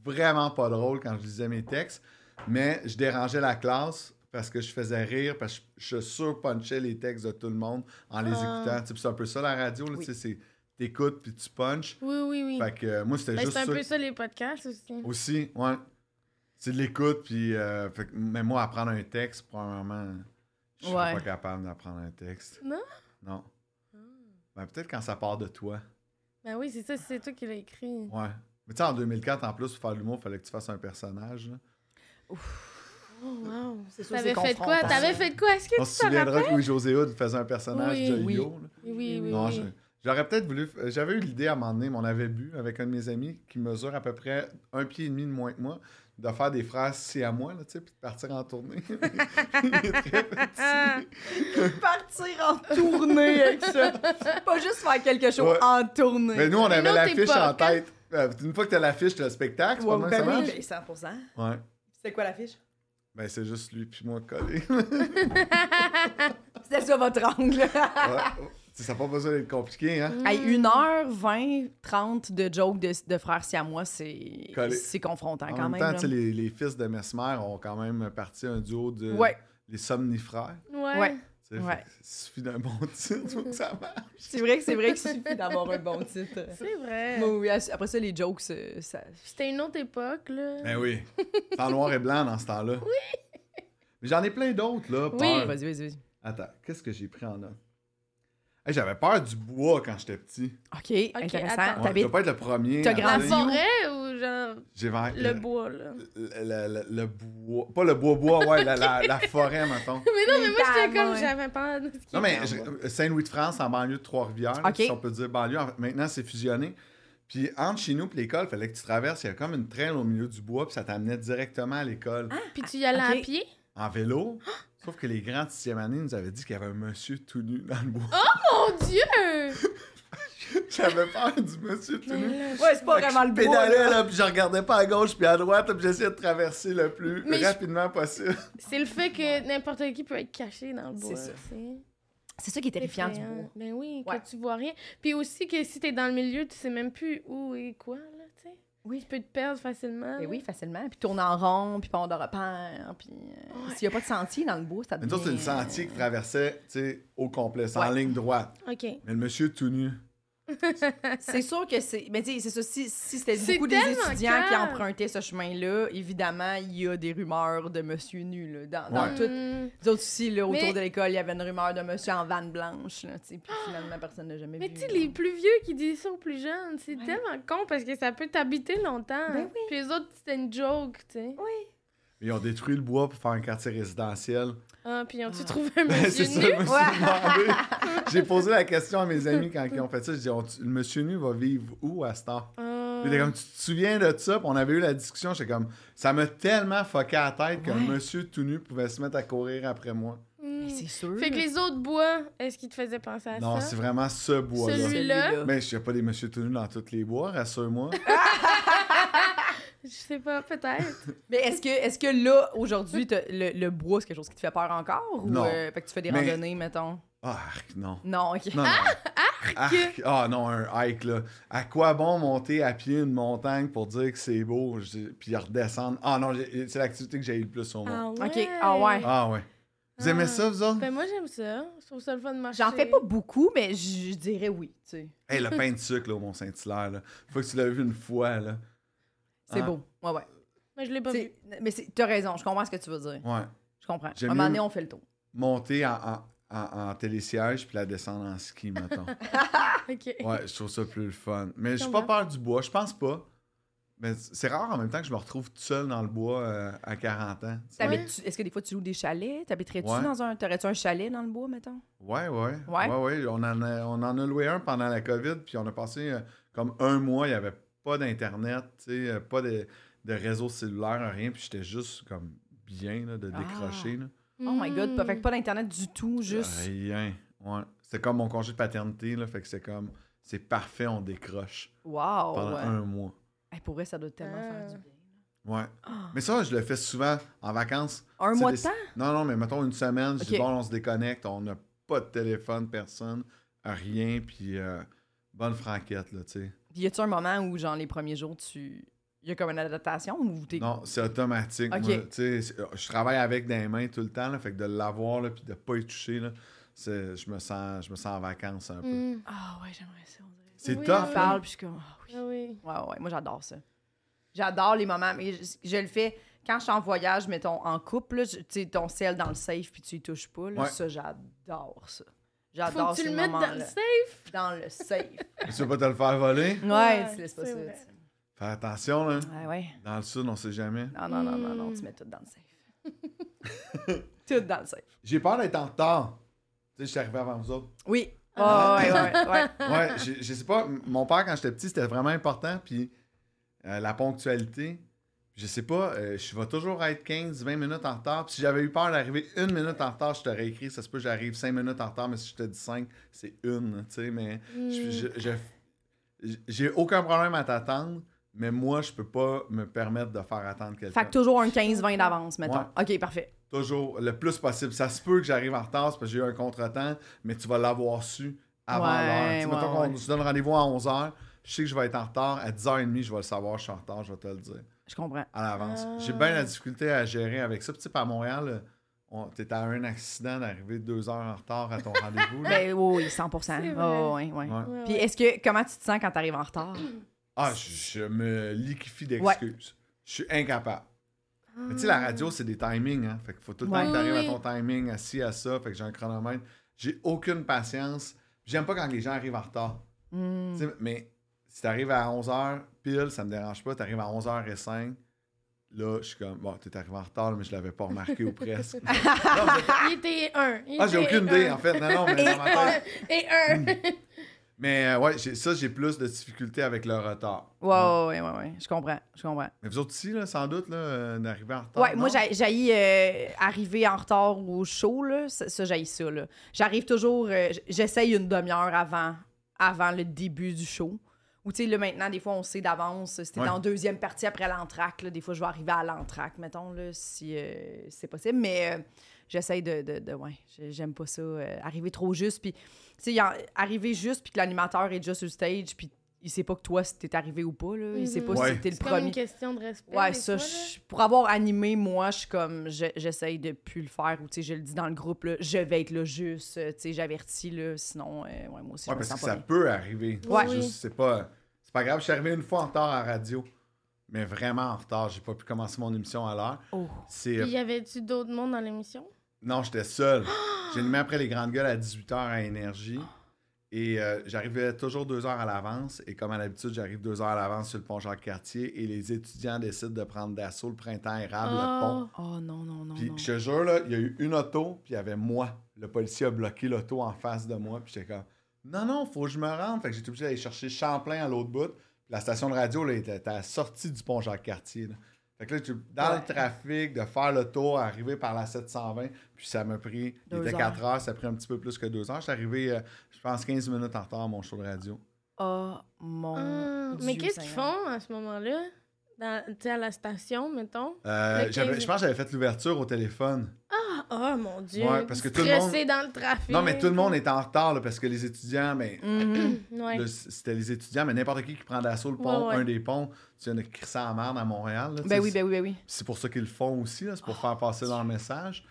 S4: vraiment pas drôle quand je lisais mes textes, mais je dérangeais la classe parce que je faisais rire, parce que je je surpunchais les textes de tout le monde en les
S3: Ah.
S4: écoutant. Tu sais, puis C'est un peu ça la radio, là,
S2: Oui.
S4: tu sais, c'est t'écoutes puis tu punches.
S3: Oui, oui, oui.
S4: Fait que euh, moi, c'était
S3: Ben,
S4: juste
S3: c'est un
S4: ça
S3: peu ça, les podcasts aussi.
S4: aussi, ouais. C'est de l'écoute, puis euh, fait que même moi, apprendre un texte, probablement, je suis
S2: Ouais.
S4: pas capable d'apprendre un texte.
S3: Non? Ah.
S4: Non. Ben, peut-être quand ça part de toi.
S3: Ben oui, c'est ça, c'est toi qui l'as écrit.
S4: Ouais. Mais tu sais, en 2004, en plus, pour faire de l'humour, il fallait que tu fasses un personnage. là.
S3: Oh, wow.
S2: C'est sûr,
S3: T'avais
S2: c'est
S3: fait quoi?
S2: confrontant.
S3: T'avais fait quoi? Est-ce que
S4: On
S3: tu
S4: se
S3: te
S4: souviendra
S3: rappelles?
S4: que Louis-José Hood faisait un personnage
S3: Oui,
S4: de
S2: oui.
S4: Yo. là.
S3: Oui, oui,
S4: Non,
S3: oui.
S4: je- j'aurais peut-être voulu. J'avais eu l'idée à un moment donné, mais on avait bu avec un de mes amis qui mesure à peu près un pied et demi de moins que moi, de faire des phrases si à moi, là, tu sais, puis de partir en tournée. Il est très petit.
S2: Partir en Hein? tournée avec ça. Pas juste faire quelque chose
S4: Ouais.
S2: en tournée.
S4: Mais nous, on
S3: Mais
S4: avait
S3: non, t'es
S4: l'affiche
S3: pas-
S4: en tête. Euh, Une fois que t'as l'affiche, t'as le spectacle, c'est pas
S2: Ouais,
S4: mal,
S2: ben
S4: ça
S2: oui,
S4: marche?
S2: ben 100%.
S4: Ouais.
S2: C'était quoi l'affiche?
S4: Ben, c'est juste lui puis moi collé.
S2: C'était ça votre angle.
S4: Ça n'a pas besoin d'être compliqué, hein?
S2: Hey, 1h20, 30 de jokes de, de frères siamois, c'est
S4: Collé.
S2: c'est confrontant
S4: En
S2: quand
S4: même
S2: même.
S4: temps,
S2: là.
S4: tu sais, les, les fils de Mesmer ont quand même parti un duo de
S2: Ouais.
S4: les euh, somnifères.
S3: Ouais.
S2: Ouais.
S4: Tu sais,
S2: Ouais.
S4: fait que Il suffit d'un bon titre pour que ça marche.
S2: C'est vrai que c'est vrai qu'il suffit d'avoir un bon titre.
S3: C'est vrai.
S2: Oui, oui, après ça, les jokes, euh, ça...
S3: C'était une autre époque, là.
S4: Ben oui. C'est en noir et blanc dans ce temps-là. Oui! Mais j'en ai plein d'autres, là.
S3: Oui.
S4: peur.
S2: Vas-y, vas-y, vas-y.
S4: Attends, qu'est-ce que j'ai pris en note? Hey, J'avais peur du bois quand j'étais petit.
S2: OK,
S3: Ok,
S2: intéressant.
S3: attends.
S4: Ouais, je
S2: T'habites...
S4: dois pas être le premier.
S2: T'as
S4: à
S2: grandi
S3: La
S4: dire.
S3: forêt ou genre
S4: J'ai vend-
S3: le bois, là.
S4: le, le- le- le bois. Pas le bois-bois, ouais, la, la- la forêt, mettons.
S3: Mais non, mais moi, j'étais
S2: Évidemment,
S3: comme,
S2: ouais.
S3: j'avais pas de ski.
S4: Non, mais je- Saint-Louis de France, en banlieue de Trois-Rivières, là,
S2: Ok.
S4: si on peut dire banlieue, en fait, maintenant c'est fusionné. Puis entre chez nous et l'école, fallait que tu traverses, il y a comme une traîne au milieu du bois, puis ça t'amenait directement à l'école
S3: Puis tu y allais
S2: Ok.
S3: à pied?
S4: en vélo.
S3: Ah!
S4: Sauf que les grands de sixième année nous avaient dit qu'il y avait un monsieur tout nu dans le bois.
S3: Mon Dieu!
S4: J'avais peur du monsieur tout nu.
S3: Mais là,
S2: Ouais, c'est pas
S4: Fait que
S2: vraiment
S4: je
S2: le bois.
S4: pédalais,
S2: là.
S4: là, puis je regardais pas à gauche puis à droite, puis j'essayais de traverser le plus
S3: Mais je-
S4: rapidement possible.
S3: C'est le fait que n'importe qui peut être caché dans le
S2: C'est
S3: bois.
S2: ça.
S3: C'est
S2: C'est hein. ça qui est terrifiant du
S3: effrayant.
S2: bois.
S3: Ben oui,
S2: Ouais.
S3: que tu vois rien. Puis aussi que si t'es dans le milieu, tu sais même plus où et quoi, là, tu sais.
S2: Oui.
S3: Tu peux te perdre facilement.
S2: Ben
S3: là.
S2: oui, facilement. Puis tourne en rond, puis pas de repères. Puis euh,
S3: Ouais.
S2: s'il y a pas de sentier dans le bois, ça
S4: Mais
S2: devient...
S4: toi, c'est une sentier qui traversait, tu sais, au complet, sans
S2: Ouais.
S4: ligne droite.
S3: OK.
S4: Mais le monsieur tout nu,
S2: C'est sûr que c'est. Mais tu sais, c'est ça. Si, si c'était
S3: C'est
S2: beaucoup des
S3: tellement
S2: étudiants qui
S3: calme.
S2: empruntaient ce chemin-là, évidemment, il y a des rumeurs de monsieur nu. Là, dans dans
S4: Ouais.
S2: tout.
S3: Hmm.
S2: Les autres aussi, là, autour
S3: Mais-
S2: de l'école, il y avait une rumeur de monsieur en vanne blanche. Là, tu sais, puis finalement, personne n'a jamais
S3: Mais
S2: vu.
S3: tu sais,
S2: là.
S3: les plus vieux qui disent ça aux plus jeunes, c'est
S2: Ouais.
S3: tellement con parce que ça peut t'habiter longtemps.
S2: Ben oui.
S3: Puis les autres, c'était une joke, tu sais.
S4: ils ont détruit le bois pour faire un quartier résidentiel.
S3: Ah, puis ont-tu
S2: Ah.
S3: trouvé un
S4: Ben,
S3: monsieur
S4: c'est ça,
S3: nu?
S4: je me suis demandé. J'ai posé la question à mes amis quand ils ont fait ça. Je dis, On- le monsieur nu va vivre où à ce temps?
S3: Ah.
S4: Ils étaient comme, tu te souviens de ça? Puis on avait eu la discussion. J'étais comme, ça m'a tellement foqué à la tête qu'un
S2: Ouais.
S4: monsieur tout nu pouvait se mettre à courir après moi.
S3: Hmm.
S2: Mais c'est sûr.
S3: Fait que les autres bois, est-ce qu'ils te faisaient penser à
S4: non, c'est
S3: Ah, ça?
S4: vraiment ce bois-là.
S3: Celui-
S2: Celui-là.
S4: Mais je n'y a pas des monsieur tout nus dans tous les bois, rassure-moi.
S3: Je sais pas, peut-être.
S2: Mais est-ce que, est que là, aujourd'hui, t'as- le, le bois, c'est quelque chose qui te fait peur encore? Ou,
S4: Non.
S2: euh, fait que tu fais des
S4: Mais-
S2: randonnées, mettons?
S4: Ah, arc, non.
S2: Non, OK.
S4: Non, non. Arc! Ah non, un hike, là. À quoi bon monter à pied une montagne pour dire que c'est beau, je- puis redescendre? Ah non, j'ai- c'est l'activité que j'ai eu le plus au monde.
S3: ah ouais.
S2: Ok, ah ouais.
S4: Ah ouais. Vous aimez
S3: Ah.
S4: ça, vous autres?
S3: Ben moi, j'aime ça. Je trouve ça le fun de marcher.
S2: J'en fais pas beaucoup, mais je je dirais oui, tu sais.
S4: Hey, le pain de sucre, là, au Mont-Saint-Hilaire, là. Faut que tu l'as vu une fois, là.
S2: C'est
S4: Ah.
S2: beau. Ouais, ouais.
S3: Moi, Ben, je l'ai pas vu.
S2: C'est- Mais c'est- t'as raison, je comprends ce que tu veux dire.
S4: Ouais.
S2: Je comprends. À un
S4: J'aime
S2: moment
S4: mieux-
S2: donné, on fait le tour.
S4: Monter en, en, en- en télésiège, puis la descendre en ski, mettons.
S2: ah!
S3: OK.
S4: Ouais, je trouve ça plus le fun. Mais je suis pas
S3: Comment?
S4: peur du bois, je pense pas. Mais c'est rare en même temps que je me retrouve tout seul dans le bois euh, à 40 ans. tu sais.
S2: T'habites-tu- Est-ce que des fois, tu loues des chalets? T'habiterais-tu
S4: Ouais.
S2: dans un... T'aurais-tu un chalet dans le bois, mettons?
S4: Ouais, ouais.
S2: Ouais.
S4: Ouais, ouais. On, en a, on en a loué un pendant la COVID, puis on a passé euh, comme un mois, il n'y avait pas d'Internet, tu sais, euh, pas de, de réseau cellulaire, rien, puis j'étais juste comme bien là, de
S2: Ah.
S4: décrocher. là.
S2: Oh my God, pas, fait que
S3: Hmm.
S2: pas d'Internet du tout, juste...
S4: Rien. Ouais. C'était comme mon congé de paternité, là, fait que c'est comme, c'est parfait, on décroche
S2: Wow!
S4: pendant
S2: Oh, ouais.
S4: un mois.
S2: Hey, pour vrai, ça doit tellement
S3: Ah.
S2: faire du bien.
S4: Ouais.
S2: Ah.
S4: Mais ça, je le fais souvent en vacances.
S2: Un
S4: C'est
S2: mois de
S4: des-
S2: temps?
S4: Non, non, mais mettons une semaine, je dis,
S2: Ok.
S4: bon, on se déconnecte, on n'a pas de téléphone, personne, rien, puis euh, bonne franquette, là, tu sais.
S2: Puis y a-tu un moment où, genre, les premiers jours, tu. Y a comme une adaptation ou t'es.
S4: Non, c'est automatique.
S2: Ok.
S4: moi. Tu sais, c'est- je travaille avec des mains tout le temps, là, fait que de l'avoir là, puis de pas y toucher, là, c'est- je, me sens, je me sens en vacances un peu.
S3: Hmm.
S2: Ah ouais, j'aimerais ça. On dirait.
S4: C'est
S3: Oui,
S4: tough.
S2: On
S3: oui.
S4: là.
S2: parle, puis je suis comme. Ah oui.
S3: Ah oui.
S2: Ouais, ouais, moi j'adore ça. J'adore les moments, mais je, je le fais quand je suis en voyage, mettons en couple, là, je- tu sais, ton sel dans le safe puis tu y touches pas, là,
S4: Ouais.
S2: ça j'adore ça.
S3: Faut
S2: J'adore
S3: que
S2: ces
S3: tu le mettes dans
S2: moments-là.
S3: le safe.
S2: Dans le safe.
S4: Tu veux pas te le faire voler?
S2: ouais, tu laisses pas
S3: c'est
S2: ça.
S3: vrai.
S2: tu
S4: Fais attention, là.
S2: sais. Ouais, ouais.
S4: Dans le sud, on sait jamais.
S2: Non, non, non, non, non, tu mets tout dans le safe. tout dans le safe.
S4: J'ai peur d'être en retard. Tu sais, je suis arrivé avant vous autres.
S2: Oui.
S4: Ah.
S2: Ouais, ouais, ouais, ouais.
S4: Ouais, je, je sais pas. m- Mon père, quand j'étais petit, c'était vraiment important. Puis euh, la ponctualité, je sais pas, euh, je vais toujours être 15-20 minutes en retard. Puis si j'avais eu peur d'arriver une minute en retard, je t'aurais écrit, ça se peut que j'arrive 5 minutes en retard, mais si je te dis 5, c'est une, tu sais. Mais
S2: Mm.
S3: Hmm.
S4: je- je- je- j'ai aucun problème à t'attendre, mais moi, je peux pas me permettre de faire attendre
S2: Fait
S4: quelqu'un.
S2: que toujours un 15-20 d'avance, mettons. OK, parfait.
S4: Toujours, le plus possible. Ça se peut que j'arrive en retard c'est parce que j'ai eu un contretemps, mais tu vas l'avoir su avant
S2: Ouais,
S4: l'heure. Tu sais,
S2: ouais,
S4: mettons qu'on
S2: ouais.
S4: se donne rendez-vous à 11h, je sais que je vais être en retard. À 10h30, je vais le savoir, je suis en retard, je vais te le dire
S2: Je comprends.
S4: à l'avance.
S3: Ah.
S4: J'ai bien la difficulté à gérer avec ça. Puis, tu sais, à Montréal, euh, on- t'es à un accident d'arriver deux heures en retard à ton rendez-vous. là.
S2: Ben oui, oui, 100
S3: C'est vrai.
S2: Ah, ouais, ouais.
S4: Ouais.
S3: Ouais,
S2: Puis
S3: ouais.
S2: est-ce que comment tu te sens quand t'arrives en retard
S4: Ah, je, je me liquifie d'excuses. Je suis incapable. Mais tu sais, la radio, c'est des timings, hein. Fait qu'il faut tout le
S2: Ouais.
S4: temps que t'arrives
S3: Oui,
S4: à ton timing, assis à ça. Fait que j'ai un chronomètre. J'ai aucune patience. J'aime pas quand les gens arrivent en retard.
S2: Hmm.
S4: Tu sais, Mais si t'arrives à 11h, pile, ça me dérange pas, t'arrives à 11h05, là, je suis comme, bon, t'es arrivé en retard, là, mais je l'avais pas remarqué ou presque. Non, vous êtes-
S3: Ah, Il était un. Il
S4: ah, j'ai
S3: était
S4: aucune
S3: un.
S4: idée, en fait. Hmm. Non, non, mais dans ma tête.
S3: Et un.
S4: Mais euh, ouais, j'ai- ça, j'ai plus de difficultés avec le retard.
S2: Ouais, ouais, ouais, ouais, ouais. Je comprends, je comprends.
S4: Mais vous autres aussi, là, sans doute, là, euh, d'arriver en retard.
S2: Ouais, moi,
S4: non?
S2: j'ai j'haïs, euh, arriver en retard ou chaud, là. Ça, ça, j'haïs ça, là. J'arrive toujours... euh, j- J'essaye une demi-heure avant, avant le début du show. Ou, tu sais, là, maintenant, des fois, on sait d'avance. C'était
S4: Ouais.
S2: en deuxième partie après l'entraque, là. Des fois, je vais arriver à l'entraque, mettons, là, si euh, c'est possible. Mais euh, j'essaye de, de, de- Ouais, j'ai- j'aime pas ça. euh, arriver trop juste, puis... Tu sais, il y a- arriver juste, puis que l'animateur est déjà sur le stage, puis il sait pas que toi, si t'es arrivé ou pas, là. Il sait pas
S4: Mhm. Ouais.
S2: si t'es le
S3: C'est comme une
S2: premier.
S3: question de respect.
S2: Ouais,
S3: des
S2: ça,
S3: fois, là.
S2: je- pour avoir animé, moi, je suis comme, je- j'essaye de plus le faire, ou tu sais, je le dis dans le groupe, là, je vais être là juste, euh, tu sais, j'avertis, là, sinon, euh, ouais, moi aussi, je me
S4: Ouais, parce
S2: sens
S4: que
S2: pas
S4: ça
S2: bien.
S4: peut arriver.
S2: Ouais.
S4: C'est juste, c'est pas, c'est pas grave. Je suis arrivé une fois en retard à la radio, mais vraiment en retard. J'ai pas pu commencer mon émission à l'heure.
S2: Oh.
S4: C'est, euh,
S3: Puis y avait-tu d'autres mondes dans l'émission?
S4: Non, j'étais seul. J'ai animé après les grandes gueules à 18h à Énergie. Et euh, j'arrivais toujours deux heures à l'avance. Et comme à l'habitude, j'arrive deux heures à l'avance sur le pont Jacques-Cartier. Et les étudiants décident de prendre d'assaut le printemps érable, Ah, le pont.
S3: Oh.
S2: Oh, non, non, non,
S4: Puis
S2: non.
S4: je te jure, là, il y a eu une auto, puis il y avait moi. Le policier a bloqué l'auto en face de moi, puis j'étais comme Non, non, faut que je me rende. Fait que j'étais obligé d'aller chercher Champlain à l'autre bout. Puis la station de radio, là, était à la sortie du pont Jacques-Cartier. là. Fait que là, j'étais dans
S2: Ouais.
S4: le trafic, de faire le tour, arriver par la 720, puis ça m'a pris.
S2: Deux
S4: il était
S2: heures.
S4: 4 heures, ça a pris un petit peu plus que 2 heures. J'étais arrivé, euh, je pense, 15 minutes en retard à mon show de radio.
S2: Oh, mon
S3: Ah, mais
S2: Dieu
S3: qu'est-ce qu'ils
S2: Seigneur.
S3: font à ce moment-là? Dans- Tu sais, à la station, mettons.
S4: Euh,
S3: Le
S4: j'avais-
S3: 15.
S4: je pense que j'avais fait l'ouverture au téléphone.
S3: Ah, oh mon Dieu.
S4: Ouais, parce que tout le
S3: Stressé dans le trafic.
S4: Non, mais tout le monde est en retard, là, parce que les étudiants, mais
S2: Mhm.
S3: Ouais. Ben,
S4: Là, c- C'était les étudiants, mais n'importe qui qui prend d'assaut le pont,
S3: Ouais, ouais.
S4: un des ponts, tu viens de crisser en merde à Montréal. là, tu sais,
S2: Ben Oh, oui, ben oui, ben oui.
S4: C'est pour ça qu'ils le font aussi, là, c'est pour faire passer leur message.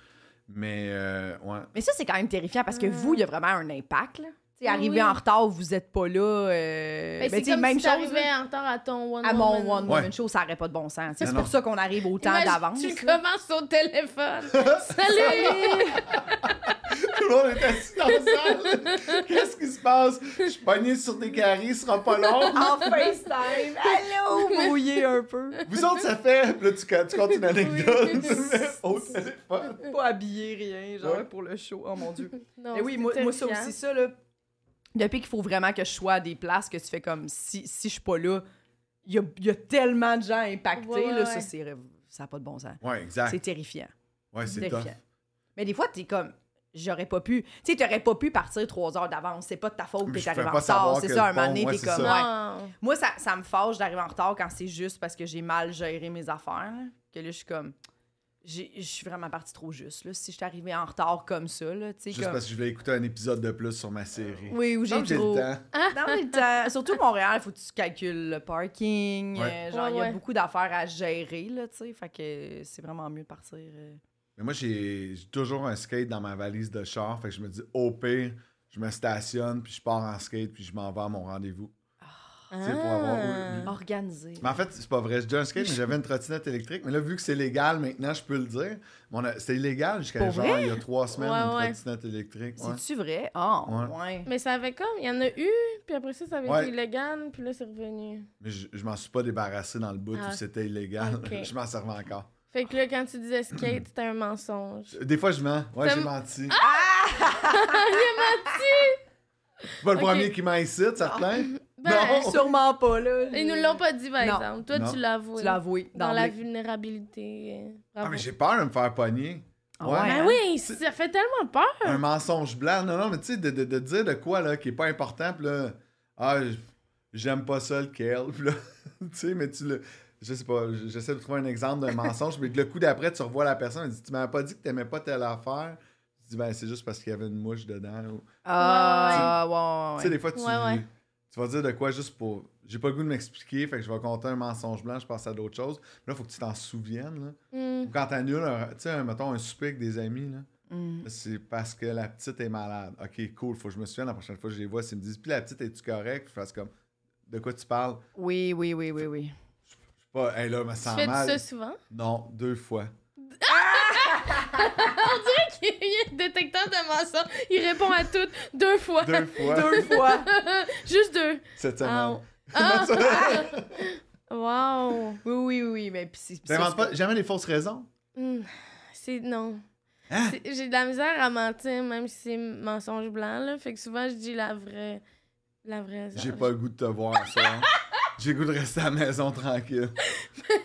S4: Mais, euh, ouais.
S2: Mais ça, c'est quand même terrifiant, parce que
S3: Ah.
S2: vous, il y a vraiment un impact, là. Tu sais, arriver
S3: Oui.
S2: en retard, vous êtes pas là, euh,
S3: Ben,
S2: ben,
S3: c'est
S2: tu sais,
S3: comme
S2: même
S3: si
S2: chose,
S3: t'arrivais
S2: là,
S3: en retard à ton one
S2: à mon One
S3: woman.
S2: Woman
S4: Ouais.
S2: Show, ça aurait pas de bon sens. tu sais.
S4: Non,
S2: C'est
S4: non.
S2: pour ça qu'on arrive autant
S3: Imagine,
S2: d'avance.
S3: Tu
S2: là.
S3: commences au téléphone. Salut!
S4: Tout le monde est assis dans la salle. Qu'est-ce qui se passe? Je suis pogné sur des carrés, ce sera pas long.
S2: en FaceTime. Allô, mouillé un peu.
S4: Vous autres, ça fait. Puis là, tu, ca- tu comptes une anecdote
S3: Oui.
S4: mais au téléphone.
S2: Pas habillé, rien, genre
S4: Ouais.
S2: pour le show. Oh mon Dieu.
S3: Non,
S2: Mais oui,
S3: c'était
S2: moi, moi, ça
S3: terrifiant.
S2: aussi, ça, là. Depuis qu'il faut vraiment que je sois à des places, que tu fais comme si, si je suis pas là, il y a, il y a tellement de gens impactés,
S3: Ouais, ouais,
S2: là,
S3: ouais.
S2: ça, c'est, ça n'a pas de bon sens.
S4: Ouais, exact.
S2: C'est terrifiant.
S4: Ouais, c'est
S2: terrifiant.
S4: tough.
S2: Mais des fois, t'es comme, j'aurais pas pu. Tu sais, t'aurais pas pu partir trois heures d'avance. C'est pas de ta faute
S4: Mais
S2: que
S4: je
S2: t'es arrivé en
S4: pouvais pas
S2: retard.
S4: savoir
S2: C'est
S4: que
S2: ça, à un
S4: le
S2: moment
S4: pont,
S2: donné,
S4: ouais,
S2: t'es
S4: c'est
S2: comme,
S4: ça.
S2: ouais.
S3: Non.
S2: Moi, ça, ça me fâche d'arriver en retard quand c'est juste parce que j'ai mal géré mes affaires. là. Que là, je suis comme. j'ai- Je suis vraiment partie trop juste. Là. Si je suis arrivée en retard comme ça, là, tu sais,
S4: Juste
S2: comme.
S4: parce que je voulais écouter un épisode de plus sur ma série.
S2: Oui, où j'ai
S4: Non, j'ai le
S2: trop.
S4: temps.
S2: Dans le temps. Surtout Montréal, il faut que tu calcules le parking.
S4: Ouais.
S2: euh, genre, il y a
S3: Ouais, ouais.
S2: beaucoup d'affaires à gérer, là, tu sais. Fait que c'est vraiment mieux de partir. euh.
S4: Mais moi, j'ai j'ai toujours un skate dans ma valise de char. Fait que je me dis, au pire, je me stationne, puis je pars en skate, puis je m'en vais à mon rendez-vous. Tu sais, pour avoir-
S3: Ah.
S2: Organisé.
S4: Mais en fait, c'est pas vrai. Je dis un skate, mais j'avais une trottinette électrique. Mais là, vu que c'est légal maintenant, je peux le dire. Mais on a- C'était illégal jusqu'à
S2: Pour
S4: genre il y a trois semaines,
S3: Ouais,
S4: une
S3: ouais.
S4: trottinette électrique. Ouais.
S2: C'est-tu vrai? Ah,
S4: Ouais.
S2: ouais.
S3: Mais ça avait comme, il y en a eu, puis après ça, ça avait
S4: Ouais.
S3: été illégal, puis là, c'est revenu.
S4: Mais je, je m'en suis pas débarrassé dans le bout
S3: Ah.
S4: où c'était illégal.
S3: Ok.
S4: je m'en servais encore.
S3: Fait que là, quand tu disais skate, c'était un mensonge.
S4: Des fois, je mens. Ouais,
S3: Ça
S4: j'ai
S3: m-
S4: menti.
S3: Ah,
S4: C'est pas le
S3: Ok.
S4: premier qui m'incite, certain.
S3: ben,
S4: Non.
S2: Eh, Sûrement pas, là.
S3: Ils nous l'ont pas dit, par
S2: Non.
S3: exemple. Toi,
S4: Non.
S3: tu l'as avoué.
S2: Tu l'as avoué.
S3: Dans la
S2: le-
S3: vulnérabilité. euh,
S4: Ah,
S3: bravo.
S4: mais j'ai peur de me faire pogner.
S2: Ah
S4: Ouais.
S3: Ben
S2: hein?
S3: oui, ça fait tellement peur.
S4: un mensonge blanc. Non, non, mais tu sais, de, de- de dire de quoi, là, qui est pas important, pis là, ah, j- j'aime pas ça, le kale, pis là, tu sais, mais tu le. Je sais pas, j- j'essaie de trouver un exemple d'un mensonge, mais que le coup d'après, tu revois la personne, elle dit, tu m'avais pas dit que t'aimais pas telle affaire. Tu dis, ben, c'est juste parce qu'il y avait une mouche dedans. ou-
S2: Ah, ouais, ouais, ouais.
S4: Tu sais, des fois, tu,
S3: Ouais, ouais.
S4: tu vas dire de quoi juste pour. J'ai pas le goût de m'expliquer, fait que je vais compter un mensonge blanc, je passe à d'autres choses. Là, faut que tu t'en souviennes, là.
S3: Hmm.
S4: Ou quand t'annules, un- tu sais, un- mettons, un souper avec des amis, là.
S2: Mm.
S4: C'est parce que la petite est malade. Ok, cool, faut que je me souvienne la prochaine fois que je les vois. S'ils me disent, puis la petite, es-tu correct? Puis Je fasse comme, de quoi tu parles?
S2: Oui, oui, oui, oui, oui.
S4: Je sais pas, hey là, me
S3: Tu
S4: sens
S3: fais
S4: mal.
S3: ça souvent?
S4: Non, deux fois.
S3: Il y a un détecteur de mensonges. Il répond à toutes deux fois.
S4: Deux fois
S2: Deux fois.
S3: Juste deux.
S4: cette
S3: Ah,
S4: semaine.
S3: Ah! wow!
S2: Oui, oui, oui, mais puis c'est. puis ça,
S4: T'inventes
S2: c'est-
S4: pas jamais les fausses raisons?
S3: Hmm, C'est non.
S4: Hein?
S3: C'est- J'ai de la misère à mentir, même si c'est mensonge blanc. Là. Fait que souvent, je dis la vraie. La vraie.
S4: J'ai
S3: affaire.
S4: pas le goût de te voir, ça. J'ai le goût de rester à la maison tranquille.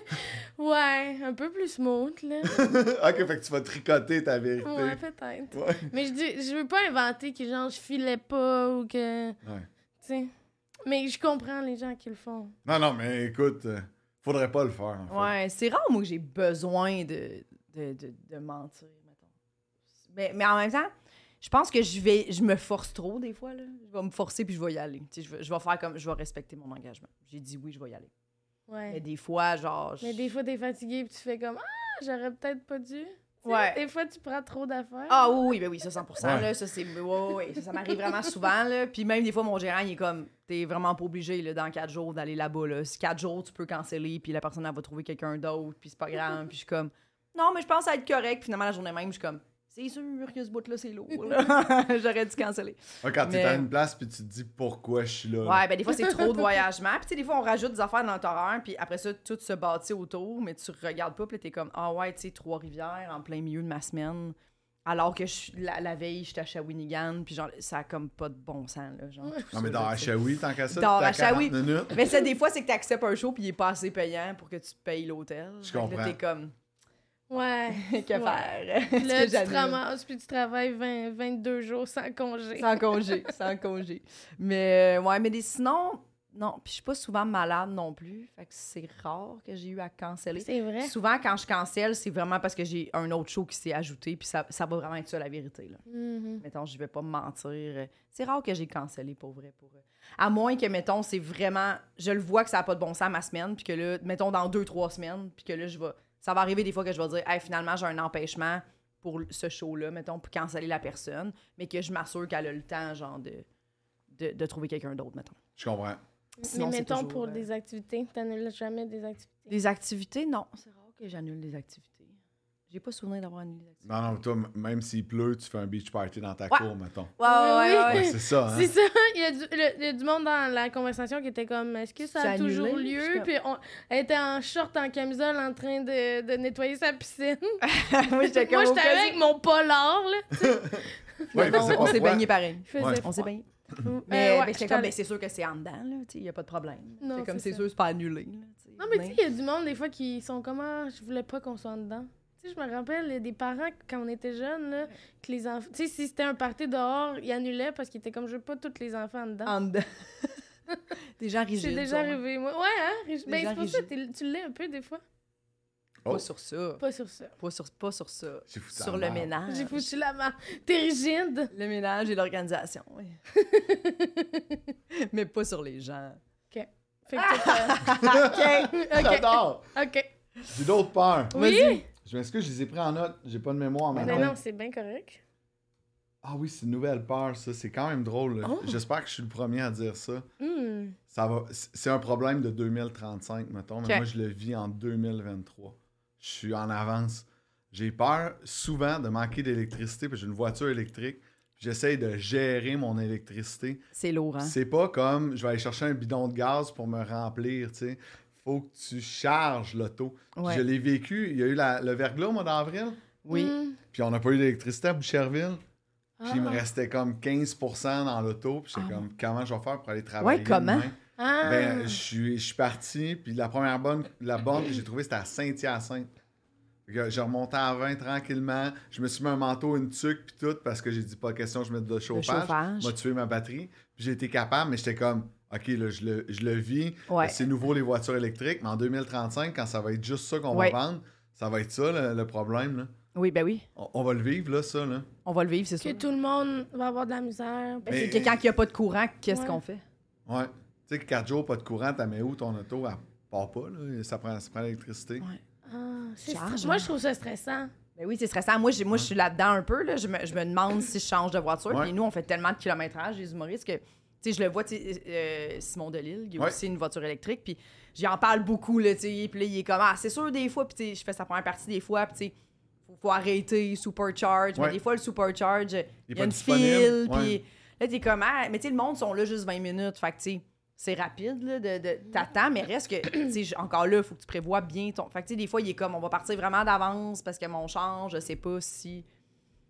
S3: Ouais, un peu plus smooth, là.
S4: ok, fait que tu vas tricoter ta vérité.
S3: ouais, peut-être.
S4: Ouais.
S3: Mais je dis, je veux pas inventer que genre je filais pas ou que. Tu
S4: Ouais.
S3: sais. Mais je comprends les gens qui le font.
S4: Non, non, mais écoute, euh, faudrait pas le faire. en fait.
S2: Ouais, c'est rare, moi, que j'ai besoin de, de, de, de mentir, mettons. Mais, mais en même temps, je pense que je vais je me force trop des fois. Là. Je vais me forcer puis je vais y aller. Tu sais, je, vais, je vais faire comme je vais respecter mon engagement. J'ai dit oui, je vais y aller. Mais
S3: Ouais.
S2: des fois, genre. je-
S3: Mais des fois, t'es fatigué puis tu fais comme Ah, j'aurais peut-être pas dû. Tu sais,
S2: Ouais.
S3: Des fois, tu prends trop d'affaires.
S2: Ah oui, oui, ben oui, ça 100%.
S4: Ouais.
S2: Là, ça, c'est- ouais, ouais, ouais, ça, ça m'arrive vraiment souvent. Là. Puis même des fois, mon gérant, il est comme, t'es vraiment pas obligé là, dans quatre jours d'aller là-bas. Là. Si quatre jours, tu peux canceller, puis la personne, elle va trouver quelqu'un d'autre, puis c'est pas grave. Puis je suis comme, non, mais je pense à être correct. Finalement, la journée même, je suis comme, c'est sûr que ce bout-là, c'est lourd. là. J'aurais dû canceller.
S4: Ouais, quand t'es
S2: Mais-
S4: à une place puis tu te dis pourquoi je suis là.
S2: Ouais, ben des fois, c'est trop de voyagement. Puis tu sais, des fois, on rajoute des affaires dans notre horaire, puis après ça, tout se bâtit autour, mais tu regardes pas, puis là, t'es comme, ah ouais, tu sais, Trois-Rivières en plein milieu de ma semaine. Alors que je, suis- la, la veille, j'étais à Shawinigan, puis genre, ça a comme pas de bon sens, là. Genre, tout
S4: Non, mais
S2: ça,
S4: dans
S2: là, tu sais.
S4: Hachaoui, tant qu'à ça,
S2: Dans
S4: t'es à
S2: Hachaoui.
S4: 40 minutes.
S2: Mais ça, des fois, c'est que t'acceptes un show, puis il est pas assez payant pour que tu payes l'hôtel.
S4: Je
S2: Fait que
S4: comprends.
S2: Là, t'es comme,
S3: Ouais.
S2: que faire? Est-ce
S3: Là,
S2: que
S3: tu te
S2: j'annule?
S3: ramasses puis tu travailles 20, 22 jours sans congé.
S2: Sans congé, sans congé. Mais euh, ouais, mais des- sinon, non, puis je suis pas souvent malade non plus. Fait que c'est rare que j'ai eu à canceller.
S3: C'est vrai.
S2: Souvent, quand je cancelle, c'est vraiment parce que j'ai un autre show qui s'est ajouté, puis ça, ça va vraiment être ça la vérité. Là.
S3: Mhm.
S2: Mettons, je vais pas me mentir. euh, C'est rare que j'ai cancellé pour vrai. Pour, euh, à moins que, mettons, c'est vraiment. Je le vois que ça n'a pas de bon sens ma semaine, puis que là, mettons, dans deux, trois semaines, puis que là, je vais. Ça va arriver des fois que je vais dire, hey, finalement, j'ai un empêchement pour ce show-là, mettons, pour canceller la personne, mais que je m'assure qu'elle a le temps, genre, de, de, de trouver quelqu'un d'autre, mettons.
S4: Je comprends.
S2: Sinon,
S3: mais
S2: c'est
S3: mettons
S2: toujours,
S3: pour
S2: euh,
S3: des activités, t'annules jamais des activités.
S2: Des activités, non. C'est rare que j'annule des activités. J'ai pas souvenir d'avoir annulé des activités.
S4: Non, non, toi, m- même s'il pleut, tu fais un beach party dans ta
S2: Ouais.
S4: cour, mettons.
S2: Ouais, ouais, ouais, ouais.
S4: Ouais, c'est ça, hein?
S3: C'est ça, il y, a du, le- il y a du monde dans la conversation qui était comme est-ce que ça a
S2: C'est annulé?
S3: toujours
S2: Je suis
S3: lieu
S2: comme-
S3: Puis on, elle était en short, en camisole, en train de, de nettoyer sa piscine.
S2: Moi, j'étais comme
S3: Moi,
S2: au
S3: j'étais
S2: cas où.
S3: avec mon polar, là.
S4: Ouais, mais c'est
S2: On
S4: pas
S2: s'est
S4: froid.
S2: baigné pareil.
S3: Il faisait
S4: Ouais.
S2: On s'est
S3: froid.
S2: baigné.
S3: Euh,
S2: Mais,
S3: ouais,
S2: mais j'étais
S3: j'étais
S2: comme,
S3: allée.
S2: ben, c'est sûr que c'est en dedans, là. Il n'y a pas de problème.
S3: Non,
S2: C'est comme,
S3: c'est
S2: c'est
S3: ça.
S2: sûr, c'est pas annulé. là, t'sais.
S3: Non, mais tu sais, il y a du monde, des fois, qui sont comme ah, je voulais pas qu'on soit en dedans. Tu sais, je me rappelle il y a des parents, quand on était jeunes, là, que les enfants. Tu sais, si c'était un party dehors, ils annulaient parce qu'ils étaient comme je veux pas tous les enfants en dedans.
S2: En dedans. des gens rigides.
S3: C'est déjà
S2: sont
S3: arrivé, moi. Ouais, hein? Rich-
S2: Des
S3: Ben,
S2: gens
S3: c'est pour ça,
S2: rigides.
S3: t'es- tu l'es un peu des fois.
S2: Pas
S4: Oh.
S2: sur ça.
S3: Pas sur ça.
S2: Pas sur, pas sur ça.
S4: J'ai foutu ça
S2: Sur
S4: en
S2: le
S4: l'air.
S2: ménage.
S3: J'ai foutu la main. T'es rigide.
S2: Le ménage et l'organisation, oui. mais pas sur les gens.
S3: Fait que t'as- ok.
S4: J'adore!
S3: Ok.
S4: J'ai d'autres peurs.
S3: Oui?
S4: Je m'excuse, je les ai pris en note. J'ai pas de mémoire
S3: Mais
S4: maintenant.
S3: non, c'est bien correct.
S4: Ah oui, c'est une nouvelle peur, ça. C'est quand même drôle. là.
S2: Oh.
S4: J'espère que je suis le premier à dire ça.
S3: Hmm.
S4: ça va... c- C'est un problème de 2035, mettons. Mais
S2: Ok.
S4: moi, je le vis en 2023. Je suis en avance. J'ai peur souvent de manquer d'électricité parce que j'ai une voiture électrique. J'essaye de gérer mon électricité.
S2: C'est lourd, hein?
S4: C'est pas comme je vais aller chercher un bidon de gaz pour me remplir, tu sais. Faut que tu charges l'auto. Puis
S2: Ouais.
S4: Je l'ai vécu. Il y a eu la- le verglas au mois d'avril,
S2: Oui.
S3: Hmm.
S4: puis on n'a pas eu d'électricité à Boucherville. Puis il me
S3: Ah.
S4: restait comme 15% dans l'auto. Puis j'étais
S2: Ah.
S4: comme, comment je vais faire pour aller travailler?
S2: Ouais, comment?
S4: demain?
S3: Ah.
S4: Ben, je suis, je suis parti. Puis la première bonne, la bonne que j'ai trouvée, c'était à Saint-Hyacinthe. Fait que Je remontais à 20 tranquillement. Je me suis mis un manteau, une tuque, puis tout, parce que j'ai dit pas question, que je mette de
S2: Le
S4: chauffage.
S2: chauffage.
S4: M'a tué ma batterie. Puis j'ai été capable, mais j'étais comme, OK, là, je le, je le vis.
S2: Ouais.
S4: C'est nouveau les voitures électriques, mais en 2035, quand ça va être juste ça qu'on
S2: Ouais.
S4: va vendre, ça va être ça le, le problème. là.
S2: Oui, ben oui.
S4: On, on va le vivre, là, ça. Là.
S2: On va le vivre, c'est
S3: Que
S2: sûr.
S3: tout le monde va avoir de la misère.
S2: Ben, c'est
S4: Mais-
S2: que quand il n'y a pas de courant, qu'est-ce
S3: Ouais.
S2: qu'on fait?
S4: Ouais. Tu sais, 4 jours, pas de courant, t'as mets où ton auto? Elle part pas, là. Ça prend, ça prend l'électricité.
S2: Ouais.
S3: Ah, c'est
S2: Charge,
S3: stra- Moi,
S2: hein.
S3: je trouve ça stressant.
S2: Ben oui, c'est stressant. Moi, j'ai- moi je suis là-dedans un peu. Là. Je, me, je me demande si je change de voiture.
S4: Ouais.
S2: Puis nous, on fait tellement de kilométrage, les humoristes, que tu sais, je le vois, tu sais, euh, Simon Delille, il a
S4: Ouais.
S2: aussi une voiture électrique. Puis j'en parle beaucoup. Là, tu sais, puis là, il est comme, ah, c'est sûr, des fois, puis tu sais, je fais sa première partie des fois. Puis tu sais, faut, faut arrêter, supercharge.
S4: Ouais.
S2: Mais des fois, le supercharge, il y
S4: pas
S2: a une
S4: disponible,
S2: file.
S4: ouais.
S2: Puis là, t'es comme, ah, mais tu sais, le monde sont là juste 20 minutes. Fait que tu sais, C'est rapide, là, de, de- t'attends, mais reste que, tu sais, j- encore là, il faut que tu prévois bien ton. Fait que, tu sais, des fois, il est comme, on va partir vraiment d'avance parce que mon change, je sais pas si.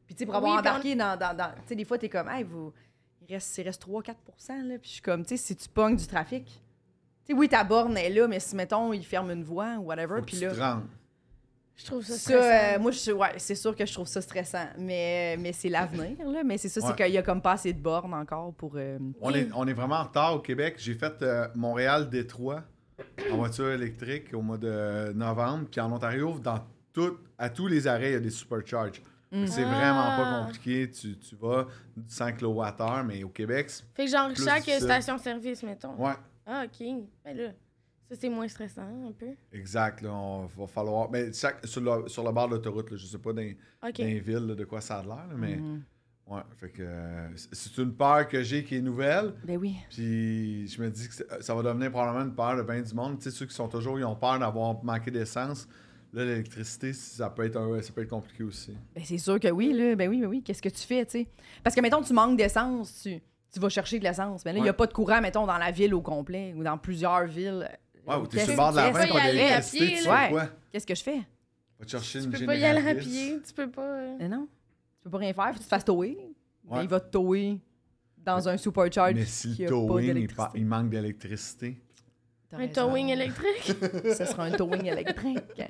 S2: Puis, tu sais, pour avoir
S3: Oui, puis on-
S2: embarqué dans. dans, dans- tu sais, des fois, t'es comme, hey, vous. Il reste, il reste 3-4 là. Puis, je suis comme, tu sais, si tu pognes du trafic. Tu sais, oui, ta borne est là, mais si, mettons, il ferme une voie ou whatever,
S4: Faut que
S2: puis
S4: tu
S2: là.
S4: te rendes.
S3: Je trouve ça,
S2: Ça,
S3: stressant.
S2: euh, moi, je, ouais, c'est sûr que je trouve ça stressant, mais, mais c'est l'avenir, là. Mais c'est ça,
S4: Ouais.
S2: c'est qu'il y a comme pas assez de bornes encore pour... euh,
S4: On est, on est vraiment en retard au Québec. J'ai fait Montréal-Détroit en voiture électrique au mois de novembre. Puis en Ontario, dans tout, à tous les arrêts, il y a des supercharges. Fait que C'est vraiment pas
S3: Ah.
S4: compliqué. Tu, tu vas du 100 kWh, mais au Québec, c'est-
S3: Fait que genre
S4: Plus
S3: chaque
S4: difficile.
S3: station-service, mettons.
S4: ouais,
S3: Ah, OK. Ben là, ça, c'est moins stressant, un peu.
S4: exact. Là, on va falloir. Mais chaque- sur, le, sur le bord de l'autoroute, là, je sais pas dans,
S3: OK. Mm.
S4: dans les villes là, de quoi ça a l'air, là, mais
S2: mm.
S4: ouais. Fait que euh, c'est une peur que j'ai qui est nouvelle.
S2: Ben oui.
S4: Puis je me dis que ça- ça va devenir probablement une peur de bien du monde. Tu sais, ceux qui sont toujours, ils ont peur d'avoir manqué d'essence. Là, l'électricité, ça peut être un- ça peut être compliqué aussi.
S2: Ben c'est sûr que oui, là. Ben oui, ben oui. Qu'est-ce que tu fais, tu sais? Parce que, mettons, tu manques d'essence, tu, tu vas chercher de l'essence. Mais là, il y a
S4: Ouais.
S2: pas de courant, mettons, dans la ville au complet ou dans plusieurs villes.
S4: Ouais, ou t'es
S2: Qu'est-ce-
S4: sur le bord de la
S2: qu'est-ce-
S4: main,
S3: Tu peux
S4: pas
S3: y aller à
S4: d'électricité,
S3: pied,
S4: tu fais
S2: là.
S4: quoi?
S2: Qu'est-ce que je fais?
S4: Va te chercher
S3: Tu
S4: une
S3: peux pas y aller à
S4: génératrice.
S3: pied, tu peux pas... euh,
S2: Mais Ben non. Tu peux pas rien faire, faut que tu te fasses tower. Ben,
S4: Ouais.
S2: il va te tower dans un supercharge
S4: Mais si
S2: qui
S4: le
S2: a pas
S4: towing, il, pa-
S2: d'électricité.
S4: il manque d'électricité.
S2: T'as
S3: Un
S2: raison.
S3: towing électrique.
S2: ce sera un towing électrique. Mais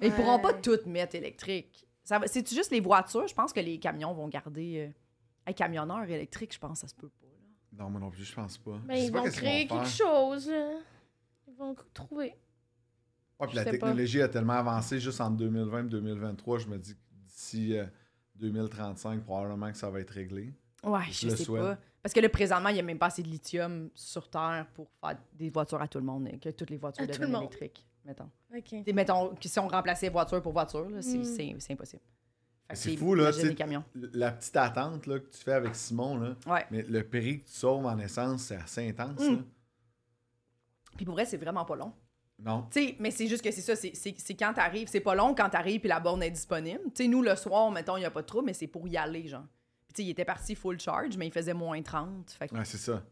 S2: ils
S3: Ouais.
S2: pourront pas toutes mettre électrique. Ça va- C'est-tu juste les voitures? Je pense que les camions vont garder... euh, Un camionneur électrique, je pense, ça se peut pas. là.
S4: Non, moi non plus, je pense pas.
S3: Ben,
S4: je sais
S3: ils
S4: pas
S3: vont
S4: qu'est-ce qu'ils
S3: créer
S4: vont
S3: quelque
S4: faire.
S3: chose, là. Ils vont trouver.
S4: Ouais, puis
S3: je
S4: la
S3: sais pas.
S4: technologie a tellement avancé juste entre 2020 et 2023. Je me dis que d'ici euh, 2035, probablement que ça va être réglé.
S2: Ouais,
S4: Je
S2: je,
S4: le
S2: sais
S4: souhaite.
S2: pas. Parce que là, présentement, il n'y a même pas assez de lithium sur Terre pour faire des voitures à tout le monde, et que toutes les voitures
S3: À tout le
S2: deviennent
S3: monde.
S2: électriques, mettons.
S3: OK.
S2: Et mettons que si on remplaçait voiture pour voiture, là, c'est
S3: Mm.
S2: c'est- c'est impossible. Fait que
S4: C'est fou, là,
S2: imagine
S4: tu sais-
S2: les camions.
S4: La petite attente là, que tu fais avec Simon, là,
S2: Ouais.
S4: mais le prix que tu sauves en essence, c'est assez intense.
S2: Mm.
S4: là.
S2: Puis pour vrai, c'est vraiment pas long.
S4: Non.
S2: Tu sais, mais c'est juste que c'est ça, c'est- c'est c'est quand t'arrives, c'est pas long quand t'arrives puis la borne est disponible. Tu sais, nous, le soir, mettons, il n'y a pas de trou, mais c'est pour y aller, genre. Puis tu sais, il était parti full charge, mais il faisait moins 30. Fait
S4: Ouais, c'est ça.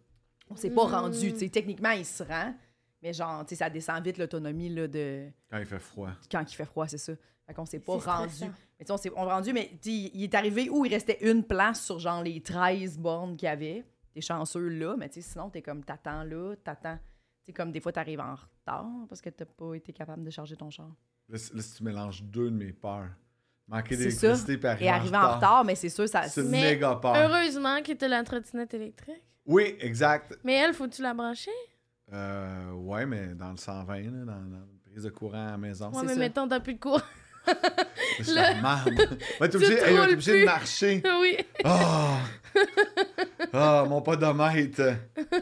S2: qu'on s'est pas
S3: Mm.
S2: rendu. Tu sais, techniquement, il se rend, mais genre, tu sais, ça descend vite l'autonomie là, de
S4: Quand il fait froid.
S2: quand il fait froid, c'est ça. Fait qu'on s'est pas
S3: C'est
S2: rendu.
S3: stressant.
S2: Mais tu sais, on s'est on est rendu, mais tu sais, il est arrivé où il restait une place sur genre les 13 bornes qu'il y avait. T'es chanceux là, mais tu sais, sinon t'es comme t'attends là, t'attends. Tu sais, comme des fois t'arrives en retard parce que t'as pas été capable de charger ton char.
S4: Là, c- là, si tu mélanges deux de mes peurs, manquer
S2: C'est ça.
S4: d'électricité et arriver
S2: Et arriver en retard, mais c'est sûr, ça.
S4: c'est une
S3: Mais
S4: méga peur.
S3: Heureusement qu'il était la trottinette électrique.
S4: Oui, exact.
S3: Mais elle, faut-tu la brancher?
S4: Euh, ouais, mais dans le 120, là, dans, dans la prise de courant à la maison,
S3: Ouais,
S2: c'est
S3: mais
S2: ça.
S3: mettons, t'as plus de cours.
S4: c'est la merde. Ouais, t'es
S3: Tu
S4: obligé,
S3: te
S4: hey, ouais, t'es
S3: roules
S4: obligé
S3: plus.
S4: de marcher.
S3: oui.
S4: Ah! Ah, mon podomètre.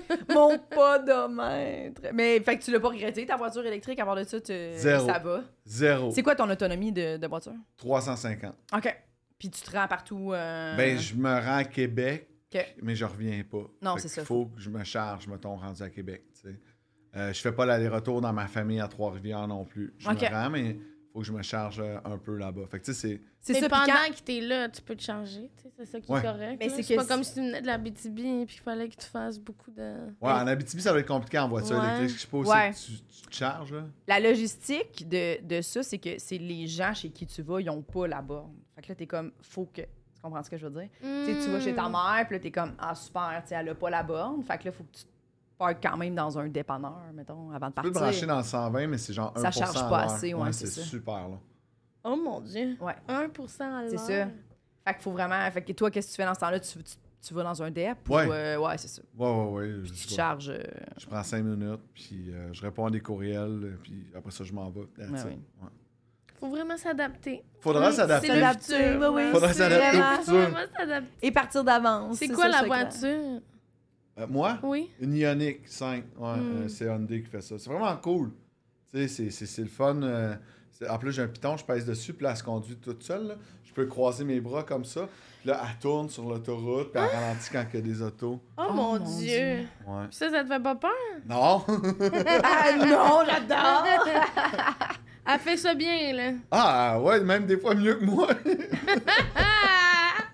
S2: Mon podomètre. Mais fait que tu l'as pas regretté, ta voiture électrique, à part de ça, tu-
S4: Zéro.
S2: ça va.
S4: Zéro.
S2: C'est quoi ton autonomie de, de voiture?
S4: 350.
S2: OK. Puis tu te rends partout. euh,
S4: Ben, je me rends à Québec,
S2: Ok.
S4: mais je reviens pas.
S2: Non,
S4: Fait
S2: c'est
S4: qu'il
S2: ça.
S4: faut que je me charge, mettons, rendu à Québec. tu sais. Euh, je fais pas l'aller-retour dans ma famille à Trois-Rivières non plus. Je
S2: Ok.
S4: me rends, mais faut que je me charge euh, un peu là-bas. Fait que, tu sais, c'est.
S2: C'est ça,
S3: C'est
S2: puis
S3: pendant
S2: quand-
S3: que t'es là, tu peux te changer. tu sais, C'est ça qui
S4: Ouais.
S3: est correct.
S2: Mais
S3: là.
S2: c'est
S3: c'est
S2: que
S3: pas
S2: si-
S3: comme si tu venais de la BTB et qu'il fallait que tu fasses beaucoup de.
S4: Ouais, en Abitibi, ça va être compliqué en voiture
S3: Ouais.
S4: électrique. Je sais pas aussi
S2: Ouais.
S4: que tu, tu te charges, là.
S2: La logistique de, de ça, c'est que c'est les gens chez qui tu vas, ils ont pas la borne. Fait que là, t'es comme, faut que. Tu comprends ce que je veux dire? Tu sais, tu vas chez ta
S3: Mm.
S2: mère, puis là, t'es comme, ah super, tu sais, elle a pas la borne. Fait que là, faut que tu te parques quand même dans un dépanneur, mettons, avant de
S4: Tu peux
S2: partir.
S4: te brancher dans le 120, mais c'est genre 1
S2: Ça charge pas
S4: à l'heure.
S2: assez, ouais, c'est
S4: c'est
S2: ça.
S4: super long.
S3: Oh mon Dieu.
S2: Ouais.
S3: 1% à l'heure.
S2: C'est ça. Fait qu'il faut vraiment. Fait que toi, qu'est-ce que tu fais dans ce temps-là? Tu, tu, tu vas dans un DEP?
S4: Ouais.
S2: Ou, euh, ouais, c'est ça.
S4: Ouais, ouais, ouais.
S2: Puis tu
S4: je
S2: te
S4: sais pas.
S2: charges. euh,
S4: Je prends 5 minutes, puis euh, je réponds à des courriels, puis après ça, je m'en vais. That's
S2: Ouais,
S4: it.
S2: ouais.
S4: Ouais.
S3: Faut vraiment s'adapter.
S4: Faudra
S2: Oui,
S4: s'adapter.
S2: c'est le futur, oui, oui.
S4: Faudra
S3: C'est
S4: s'adapter au
S3: vraiment-
S4: futur.
S3: Faut vraiment s'adapter.
S2: Et partir d'avance.
S3: C'est quoi
S2: ça,
S3: la
S2: le secret.
S3: voiture?
S4: Euh, moi,
S3: Oui.
S4: une Ioniq 5. Ouais,
S3: Mm.
S4: euh, c'est Hyundai qui fait ça. C'est vraiment cool. Tu sais, c'est- c'est c'est le fun. euh, c'est- en plus, j'ai un piton, je pèse dessus, puis là, elle se conduit toute seule. là. Je peux croiser mes bras comme ça. Puis là, elle tourne sur l'autoroute, puis elle ralentit quand il y a des autos.
S3: Oh,
S2: Oh mon
S3: mon Dieu.
S2: Dieu.
S4: Ouais.
S3: Puis ça, ça te fait pas peur?
S4: Non!
S2: Ah non, j'adore!
S3: Elle fait ça bien, là.
S4: ah ouais, même des fois mieux que moi.
S3: Ah!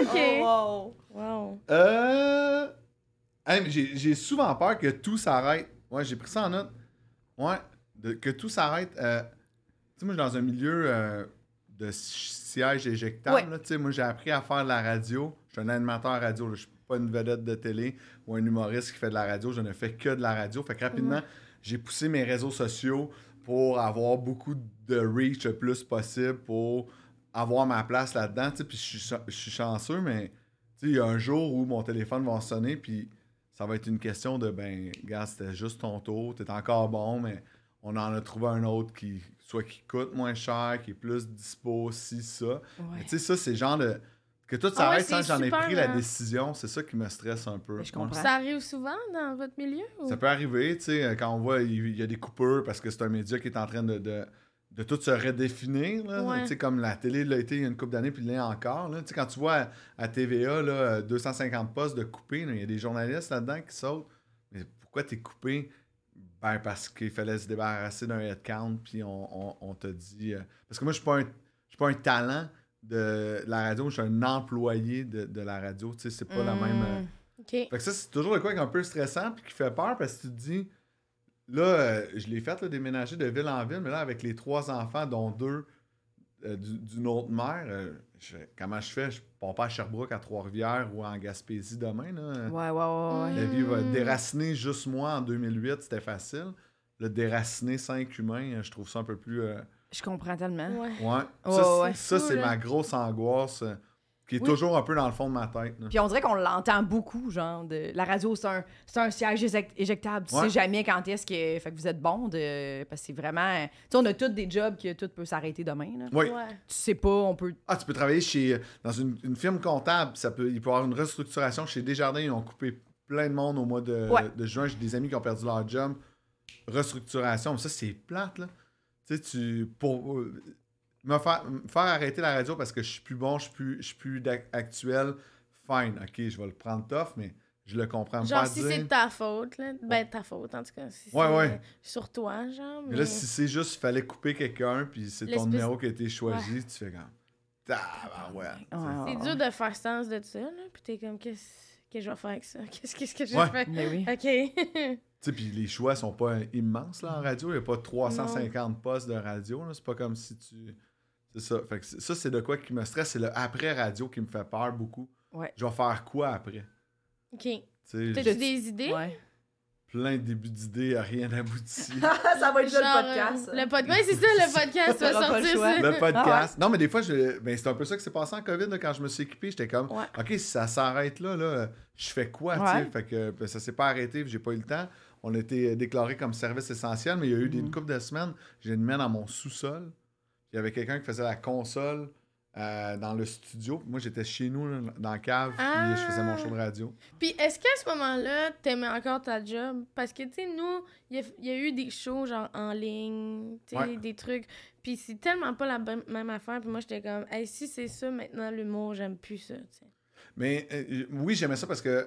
S3: OK.
S2: Oh, wow.
S3: Wow.
S4: euh... Hey, mais j'ai j'ai souvent peur que tout s'arrête. Ouais, j'ai pris ça en note. Ouais, de- que tout s'arrête. euh, tu sais, moi, je suis dans un milieu euh, de si- siège éjectable.
S2: Ouais.
S4: là. Tu sais, moi, j'ai appris à faire de la radio. Je suis un animateur radio. là. Je suis pas une vedette de télé ou un humoriste qui fait de la radio. Je ne fais que de la radio. Fait que rapidement, j'ai poussé mes réseaux sociaux pour avoir beaucoup de reach le plus possible pour avoir ma place là-dedans. tu sais, Puis je suis cha- je suis chanceux, mais tu sais, il y a un jour où mon téléphone va sonner, puis ça va être une question de ben, gars, c'était juste ton tour, t'es encore bon, mais on en a trouvé un autre qui soit qui coûte moins cher, qui est plus dispo, si ça. Mais
S2: Ouais.
S4: tu sais, ça, c'est le genre de. Que tout
S3: Ah ouais,
S4: s'arrête sans que
S3: c'est
S4: j'en ai
S3: super,
S4: pris la
S3: hein.
S4: décision, c'est ça qui me stresse un peu.
S2: Mais je comprends.
S3: Ça arrive souvent dans votre milieu? Ou...
S4: Ça peut arriver, tu sais, euh, quand on voit, il il y a des coupures parce que c'est un média qui est en train de, de, de tout se redéfinir. là.
S3: Ouais.
S4: Tu sais, comme la télé l'a été il y a une couple d'années, puis l'est encore. là. Tu sais, quand tu vois à, à TVA là, euh, 250 postes de coupés, là, il y a des journalistes là-dedans qui sautent. Mais pourquoi t'es coupé? Ben, parce qu'il fallait se débarrasser d'un headcount, puis on, on- on te dit. euh, Parce que moi, je suis pas un- je suis pas un talent de la radio, je suis un employé de, de la radio. Tu sais, c'est pas la même.
S3: Hmm.
S4: euh,
S3: OK.
S4: fait que ça, c'est toujours le quoi qui est un peu stressant puis qui fait peur parce que tu te dis, là, euh, je l'ai fait là, déménager de ville en ville, mais là, avec les trois enfants, dont deux euh, du- d'une autre mère, euh, je fais, comment je fais? Je pars pas à Sherbrooke, à Trois-Rivières ou en Gaspésie demain. Là.
S2: Ouais, ouais, ouais, ouais.
S4: La vie va
S3: Mm.
S4: déraciner juste moi en 2008, c'était facile. Le déraciner cinq humains, euh, je trouve ça un peu plus. euh,
S2: Je comprends tellement.
S3: Ouais.
S4: Ouais.
S2: Ouais,
S4: ça,
S2: ouais.
S4: c'est- ça,
S3: Fou,
S4: c'est
S3: là.
S4: ma grosse angoisse euh, qui est
S2: Oui.
S4: toujours un peu dans le fond de ma tête. là.
S2: Puis on dirait qu'on l'entend beaucoup, genre, de... la radio, c'est un, c'est un siège éjec- éjectable. Tu
S4: Ouais.
S2: sais jamais quand est-ce que... Fait que vous êtes bon, de... parce que c'est vraiment... Tu sais, on a tous des jobs que tout peut s'arrêter demain, là.
S4: Oui.
S3: Ouais.
S2: Tu sais pas, on peut...
S4: Ah, tu peux travailler chez dans une, une firme comptable, ça peut, il peut y avoir une restructuration. Chez Desjardins, ils ont coupé plein de monde au mois de,
S2: Ouais.
S4: de juin. J'ai des amis qui ont perdu leur job. Restructuration, mais ça, c'est plate, là. Tu sais, tu. Pour, euh, me faire, me faire arrêter la radio parce que je suis plus bon, je suis plus, je suis plus d'ac- actuel, fine, ok, je vais le prendre tough, mais je le comprends me
S3: Genre,
S4: faire
S3: si
S4: dire-
S3: c'est de ta faute, là, ben ta faute, en tout cas. Si
S4: Ouais,
S3: c'est,
S4: ouais.
S3: euh, Sur toi, genre.
S4: Mais là, si c'est juste, il fallait couper quelqu'un, puis c'est ton
S3: L'espèce-
S4: numéro qui a été choisi, tu fais comme. Ah, ouais.
S2: Ah,
S3: C'est dur de faire sens de ça, là. Puis t'es comme, qu'est-ce que je vais faire avec ça? Qu'est-ce, qu'est-ce que je
S4: Ouais.
S3: vais
S2: Mais oui.
S3: faire? OK.
S4: Tu sais, puis les choix sont pas euh, immenses là, en radio. Il n'y a pas 350 postes de radio. là. C'est pas comme si tu. C'est ça. Fait que c'est- ça, c'est de quoi qui me stresse. C'est le après-radio qui me fait peur beaucoup.
S2: Ouais.
S4: Je vais faire quoi après?
S3: OK.
S4: Tu sais,
S3: T'as-tu
S4: j'ai
S2: Je-
S3: des idées?
S2: Ouais.
S4: plein de débuts d'idées, rien abouti.
S2: ça va être
S3: Genre,
S2: le podcast.
S3: euh, le pod- ouais, c'est ça, le podcast.
S2: T'auras
S3: va
S2: pas le
S3: sortir
S2: choix.
S3: ça.
S4: le podcast. Non, mais des fois, je... ben, c'est un peu ça qui s'est passé en COVID là, quand je me suis équipé. J'étais comme,
S3: Ouais.
S4: OK, si ça s'arrête là, là, je fais quoi? tu
S2: Ouais.
S4: sais? Fait que ben, ça s'est pas arrêté, puis j'ai pas eu le temps. On a été déclaré comme service essentiel, mais il y a eu des-
S2: Mhm.
S4: une couple de semaines. J'ai une main dans mon sous-sol. Il y avait quelqu'un qui faisait la console euh, dans le studio. Moi, j'étais chez nous, là, dans la cave,
S3: Ah.
S4: puis je faisais mon show de radio.
S3: Puis est-ce qu'à ce moment-là, t'aimais encore ta job? Parce que, tu sais, nous, il y, a- il y a eu des shows genre en ligne, tu sais,
S4: Ouais.
S3: des trucs. Puis c'est tellement pas la bonne- même affaire. Puis moi, j'étais comme, hey, si c'est ça maintenant l'humour, j'aime plus ça, tu sais.
S4: Mais euh, oui, j'aimais ça parce que, euh,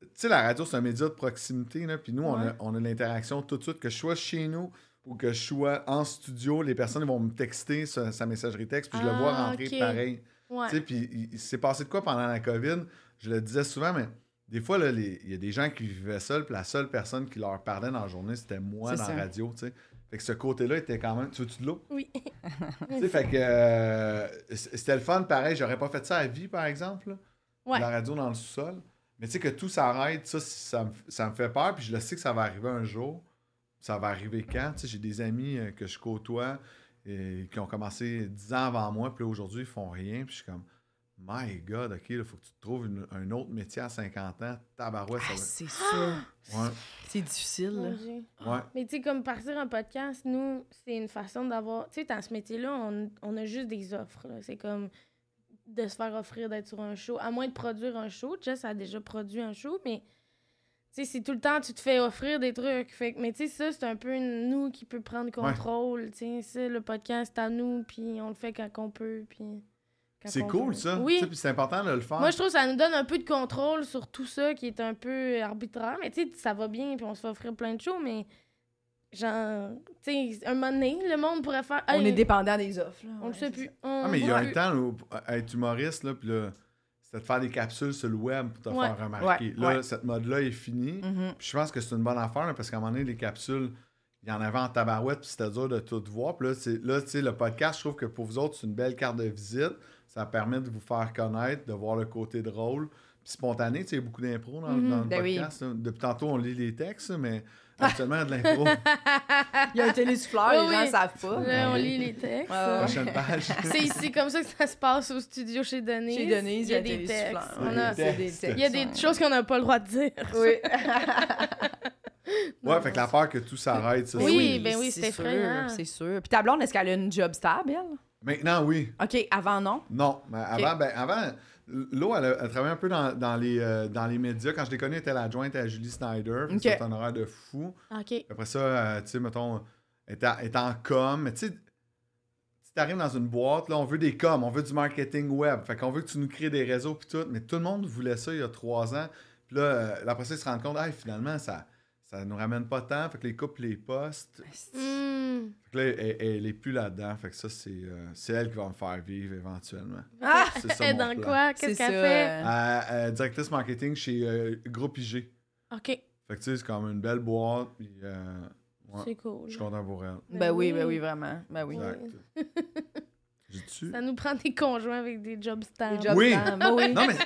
S4: tu sais, la radio, c'est un média de proximité, là, puis nous, on
S3: Ouais.
S4: a, on a l'interaction tout de suite, que je sois chez nous ou que je sois en studio, les personnes ils vont me texter sa, sa messagerie texte, puis je le vois
S3: Ah,
S4: rentrer
S3: ok.
S4: pareil.
S3: Ouais.
S4: Tu sais, puis il- il s'est passé de quoi pendant la COVID? Je le disais souvent, mais des fois, là, les- il y a des gens qui vivaient seuls, puis la seule personne qui leur parlait dans la journée, c'était moi
S2: C'est
S4: dans
S2: ça.
S4: la radio, tu sais. Fait que ce côté-là était quand même... Tu veux-tu de l'eau?
S3: Oui.
S4: Tu sais, fait que... euh, c- c'était le fun, pareil. J'aurais pas fait ça à vie, par exemple, là,
S3: Ouais.
S4: la radio dans le sous-sol. Mais tu sais, que tout s'arrête, ça, ça, me, ça me fait peur, puis je le sais que ça va arriver un jour. Ça va arriver quand? Tu sais, j'ai des amis euh, que je côtoie euh, qui ont commencé 10 ans avant moi, puis là, aujourd'hui, ils font rien, puis je suis comme... My God, OK, il faut que tu te trouves une- un autre métier à 50 ans. Tabarouette,
S2: Ah,
S4: ça
S2: c'est ça.
S4: va. Ouais,
S2: C'est difficile, là.
S3: Mon Dieu.
S4: ouais.
S3: Mais tu sais, comme partir en podcast, nous, c'est une façon d'avoir. Tu sais, dans ce métier-là, on, on a juste des offres. là. C'est comme de se faire offrir d'être sur un show. À moins de produire un show. Jess a déjà produit un show, mais tu sais, c'est tout le temps, tu te fais offrir des trucs. Fait que- mais tu sais, ça, c'est un peu une- nous qui peut prendre contrôle. Tu sais, ça, le podcast, c'est à nous, puis on le fait quand on peut. Puis quand
S4: C'est
S3: on
S4: cool,
S3: veut.
S4: ça.
S3: Oui.
S4: Tu sais, puis c'est important de le faire.
S3: Moi, je trouve que ça nous donne un peu de contrôle sur tout ça qui est un peu arbitraire. Mais tu sais, ça va bien, puis on se fait offrir plein de choses, mais genre, tu sais, un moment donné, le monde pourrait faire.
S2: On
S3: Hey,
S2: est dépendant des offres, là.
S3: On le
S2: Ouais,
S3: sait
S2: c'est
S3: plus.
S2: ça.
S3: On
S4: Ah, mais il y a
S3: pourra
S4: un
S3: plus.
S4: temps où, à être humoriste, là, puis là, C'était de faire des capsules sur le web pour te
S3: Ouais.
S4: faire remarquer.
S2: Ouais,
S4: Là,
S2: ouais.
S4: cette mode-là est finie.
S2: Mhm.
S4: Puis je pense que c'est une bonne affaire là, parce qu'à un moment donné, les capsules, il y en avait en tabarouette, puis c'était dur de tout voir. Puis là, c'est- là, tu sais, le podcast, je trouve que pour vous autres, c'est une belle carte de visite. Ça permet de vous faire connaître, de voir le côté drôle. Puis spontané, tu sais, il y a beaucoup d'impro dans,
S3: Mhm. Ah.
S4: dans le
S2: Ben oui.
S4: podcast. là. Depuis tantôt, on lit les textes, mais actuellement, de l'impro.
S2: Il y a un télésouffleur,
S3: Oui,
S2: les gens
S3: oui.
S2: ne savent pas.
S3: Là, on lit les textes.
S2: Ouais, ouais.
S4: Prochaine page.
S3: C'est ici comme ça que ça se passe au studio chez Denise.
S2: Chez Denise,
S3: il y a des textes.
S2: télésouffleurs.
S3: On
S4: Ouais,
S3: a-
S4: des textes.
S3: Il y a des choses qu'on n'a pas le droit de dire.
S2: Oui.
S4: Ouais, fait que la peur que tout s'arrête, ça,
S3: Oui,
S4: c'est-
S3: oui, ben oui,
S2: c'est
S3: c'est
S2: sûr,
S3: effrayant.
S2: C'est sûr. Puis ta blonde, est-ce qu'elle a une job stable, elle?
S4: Maintenant, oui.
S2: OK, avant, non?
S4: Non, mais avant, ben, avant Lo, elle, a- elle travaillait un peu dans, dans les, euh, dans les médias. Quand je l'ai connue, elle était l'adjointe à Julie Snyder.
S2: Ok.
S4: C'est un horaire de fou.
S3: OK.
S4: Après ça, euh, tu sais, mettons, elle était, elle était en com. Mais tu sais, si t'arrives dans une boîte, là, on veut des coms, on veut du marketing web. Fait qu'on veut que tu nous crées des réseaux puis tout. Mais tout le monde voulait ça il y a trois ans. Puis là, euh, après ça, ils se rendent compte, ah, finalement, ça ça nous ramène pas tant. Fait que les couples, les postes.
S3: Hmm.
S4: Fait que là, elle, elle- elle est plus là-dedans. Fait que ça, c'est euh, c'est elle qui va me faire vivre éventuellement.
S2: Ah!
S4: C'est ça
S3: Elle
S4: mon
S3: dans
S4: plan.
S3: quoi?
S2: C'est
S3: Qu'est-ce
S2: ça.
S3: qu'elle
S2: euh,
S4: Euh, euh, directrice marketing chez euh, Groupe IG.
S3: fait? OK.
S4: Fait que tu sais, c'est quand même une belle boîte. puis, euh, ouais,
S3: C'est
S4: je
S3: cool.
S4: suis content pour elle.
S2: Ben oui, ben
S3: oui.
S2: oui, vraiment. Ben oui.
S3: Ouais.
S4: Exact. J'ai-tu?
S3: Ça nous prend des conjoints avec des jobs stables.
S2: Des jobs
S4: Oui.
S2: stables, ben oui.
S4: Non, mais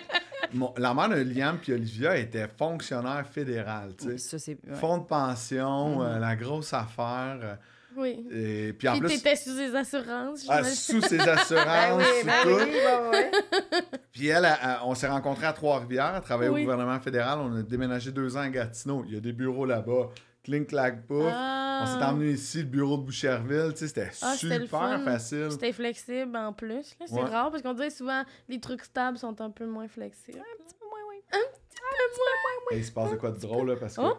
S4: mon- la mère de Liam puis Olivia était fonctionnaire fédéral, tu sais.
S2: Ça, c'est... ouais.
S4: Fonds de pension, euh, la grosse affaire.
S3: Oui.
S4: euh, et puis en
S3: Mhm. Puis
S4: plus,
S3: t'étais sous les assurances,
S4: ah,
S3: j'imagine.
S4: sous ses
S3: Ah,
S4: assurances, sous tout.
S2: ben oui.
S4: Puis elle, elle, elle, on s'est rencontrés à Trois-Rivières, elle travaillait
S3: Oui.
S4: au gouvernement fédéral, on a déménagé deux ans à Gatineau. Il y a des bureaux là-bas. Clink, clac, pouf.
S3: Ah.
S4: On s'est emmené ici, le bureau de Boucherville, tu sais, c'était
S3: Ah, c'était le fun.
S4: super facile.
S3: C'était flexible en plus. là. C'est
S4: Ouais.
S3: rare parce qu'on dit souvent les trucs stables sont un peu moins flexibles.
S4: Et il se passe de quoi de drôle, là, parce que
S3: Oh!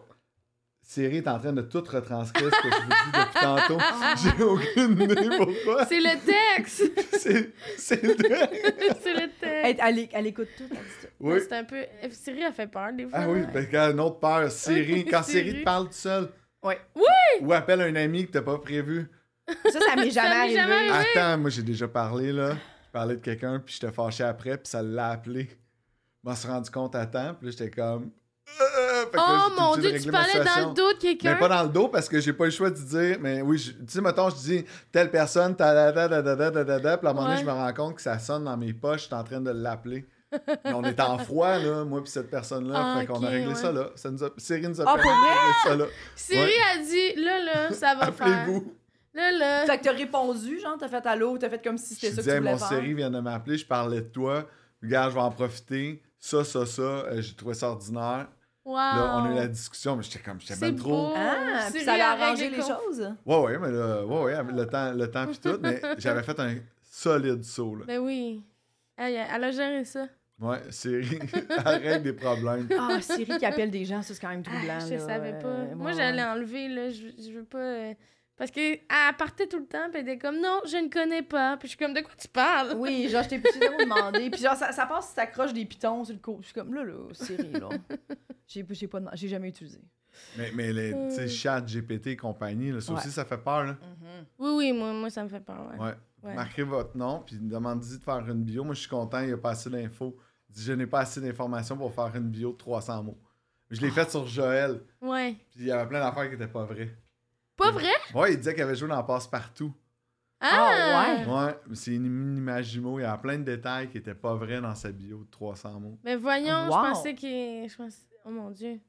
S4: Siri est en train de tout retranscrire ce que je vous dis depuis tantôt. J'ai aucune idée pourquoi.
S3: Ah. C'est le texte!
S4: C'est c'est le...
S3: C'est le texte!
S2: Elle, elle éc- elle écoute tout. elle dit tout.
S4: Oui.
S3: C'est un peu. euh, Siri a fait peur des fois.
S4: Ah oui,
S3: là.
S4: parce qu'elle a une autre peur. Siri, quand
S3: Siri.
S4: Siri te parle tout seul.
S2: Ouais.
S3: Oui!
S4: Ou appelle un ami que t'as pas prévu.
S2: Ça, ça m'est
S3: Ça
S2: jamais
S3: m'est jamais
S2: arrivé.
S3: arrivé.
S4: Attends, moi j'ai déjà parlé là. Je parlais de quelqu'un, puis j'étais fâché après, puis ça l'a appelé. Je m'en suis rendu compte à temps, puis là j'étais comme. Euh, fait que là,
S3: Oh
S4: j'étais
S3: mon
S4: obligé de
S3: dieu, tu
S4: régler ma
S3: parlais dans
S4: situation.
S3: le dos de
S4: Mais
S3: quelqu'un.
S4: pas dans le dos parce que j'ai pas eu le choix de dire. Mais oui, je- tu sais, mettons, je dis telle personne, ta da da da da da da da da, puis à un moment donné,
S3: Ouais.
S4: je me rends compte que ça sonne dans mes poches, je suis en train de l'appeler. Mais on est en froid, là, moi puis cette personne-là.
S3: Ah,
S4: fait qu'on
S3: ok,
S4: a réglé
S3: ouais.
S4: ça là. Ça nous a... Cyril nous a
S2: Ah,
S4: permis de
S2: pour
S4: régler ça là.
S3: Siri
S4: Ouais.
S3: a dit là là, ça va faire.
S4: Appelez-vous.
S3: Là là.
S2: Fait que t'as répondu, genre, t'as fait allô, t'as fait comme si
S4: Je
S2: c'était ça que
S4: disais,
S2: tu voulais
S4: mon
S2: faire.
S4: série vient de m'appeler, je parlais de toi. Regarde, je vais en profiter. Ça, ça, ça, euh, j'ai trouvé ça ordinaire.
S3: Wow.
S4: Là, on a eu la discussion, mais j'étais comme, j'étais
S3: Ah. C'est
S4: même trop.
S3: beau.
S2: Ah, puis
S3: Siri
S2: ça
S3: a
S2: a arrangé
S3: réglé
S2: les
S3: le conf-
S2: choses.
S4: Ouais, ouais, mais là, ouais, ouais, avec le temps, le temps pis tout, mais j'avais fait un solide saut, là.
S3: Ben oui. Elle, elle a géré ça.
S4: Ouais, série, arrête des problèmes.
S2: Ah, Siri qui appelle des gens, ça, c'est quand même troublant.
S3: Ah, je
S2: là,
S3: savais
S2: euh,
S3: pas.
S2: ouais,
S3: Moi,
S2: ouais.
S3: j'allais enlever, là. Je, je veux pas. euh, Parce que elle partait tout le temps, puis elle était comme non, je ne connais pas. Puis je suis comme de quoi tu parles
S2: Oui, genre, je t'ai plus demandé. Puis genre, ça, ça passe si t'accroches des pitons sur le cou. Je suis comme, là, là, Siri, là. J'ai j'ai pas, demandé- j'ai jamais utilisé.
S4: Mais, mais les, tu sais, chat, GPT et compagnie, là, ça aussi,
S2: Ouais.
S4: ça fait peur, là.
S3: Oui, oui, moi, moi ça me fait peur. Ouais.
S4: Ouais.
S3: Ouais.
S4: Marquez votre nom, puis demandez-y de faire une bio. Moi, je suis content, il n'y a pas assez d'infos. Dis, Je n'ai pas assez d'informations pour faire une bio de 300 mots. Je l'ai faite sur Joël,
S3: Ouais.
S4: puis il y avait plein d'affaires qui n'étaient pas vraies.
S3: Pas vrai?
S4: Ouais, il disait qu'il avait joué dans Passe-Partout.
S3: Ah!
S2: ouais.
S4: Ouais, mais c'est inimaginable. Il y a plein de détails qui n'étaient pas vrais dans sa bio de 300 mots.
S3: Mais
S2: Wow.
S3: voyons, je pensais qu'il. Je pensais... Oh mon Dieu.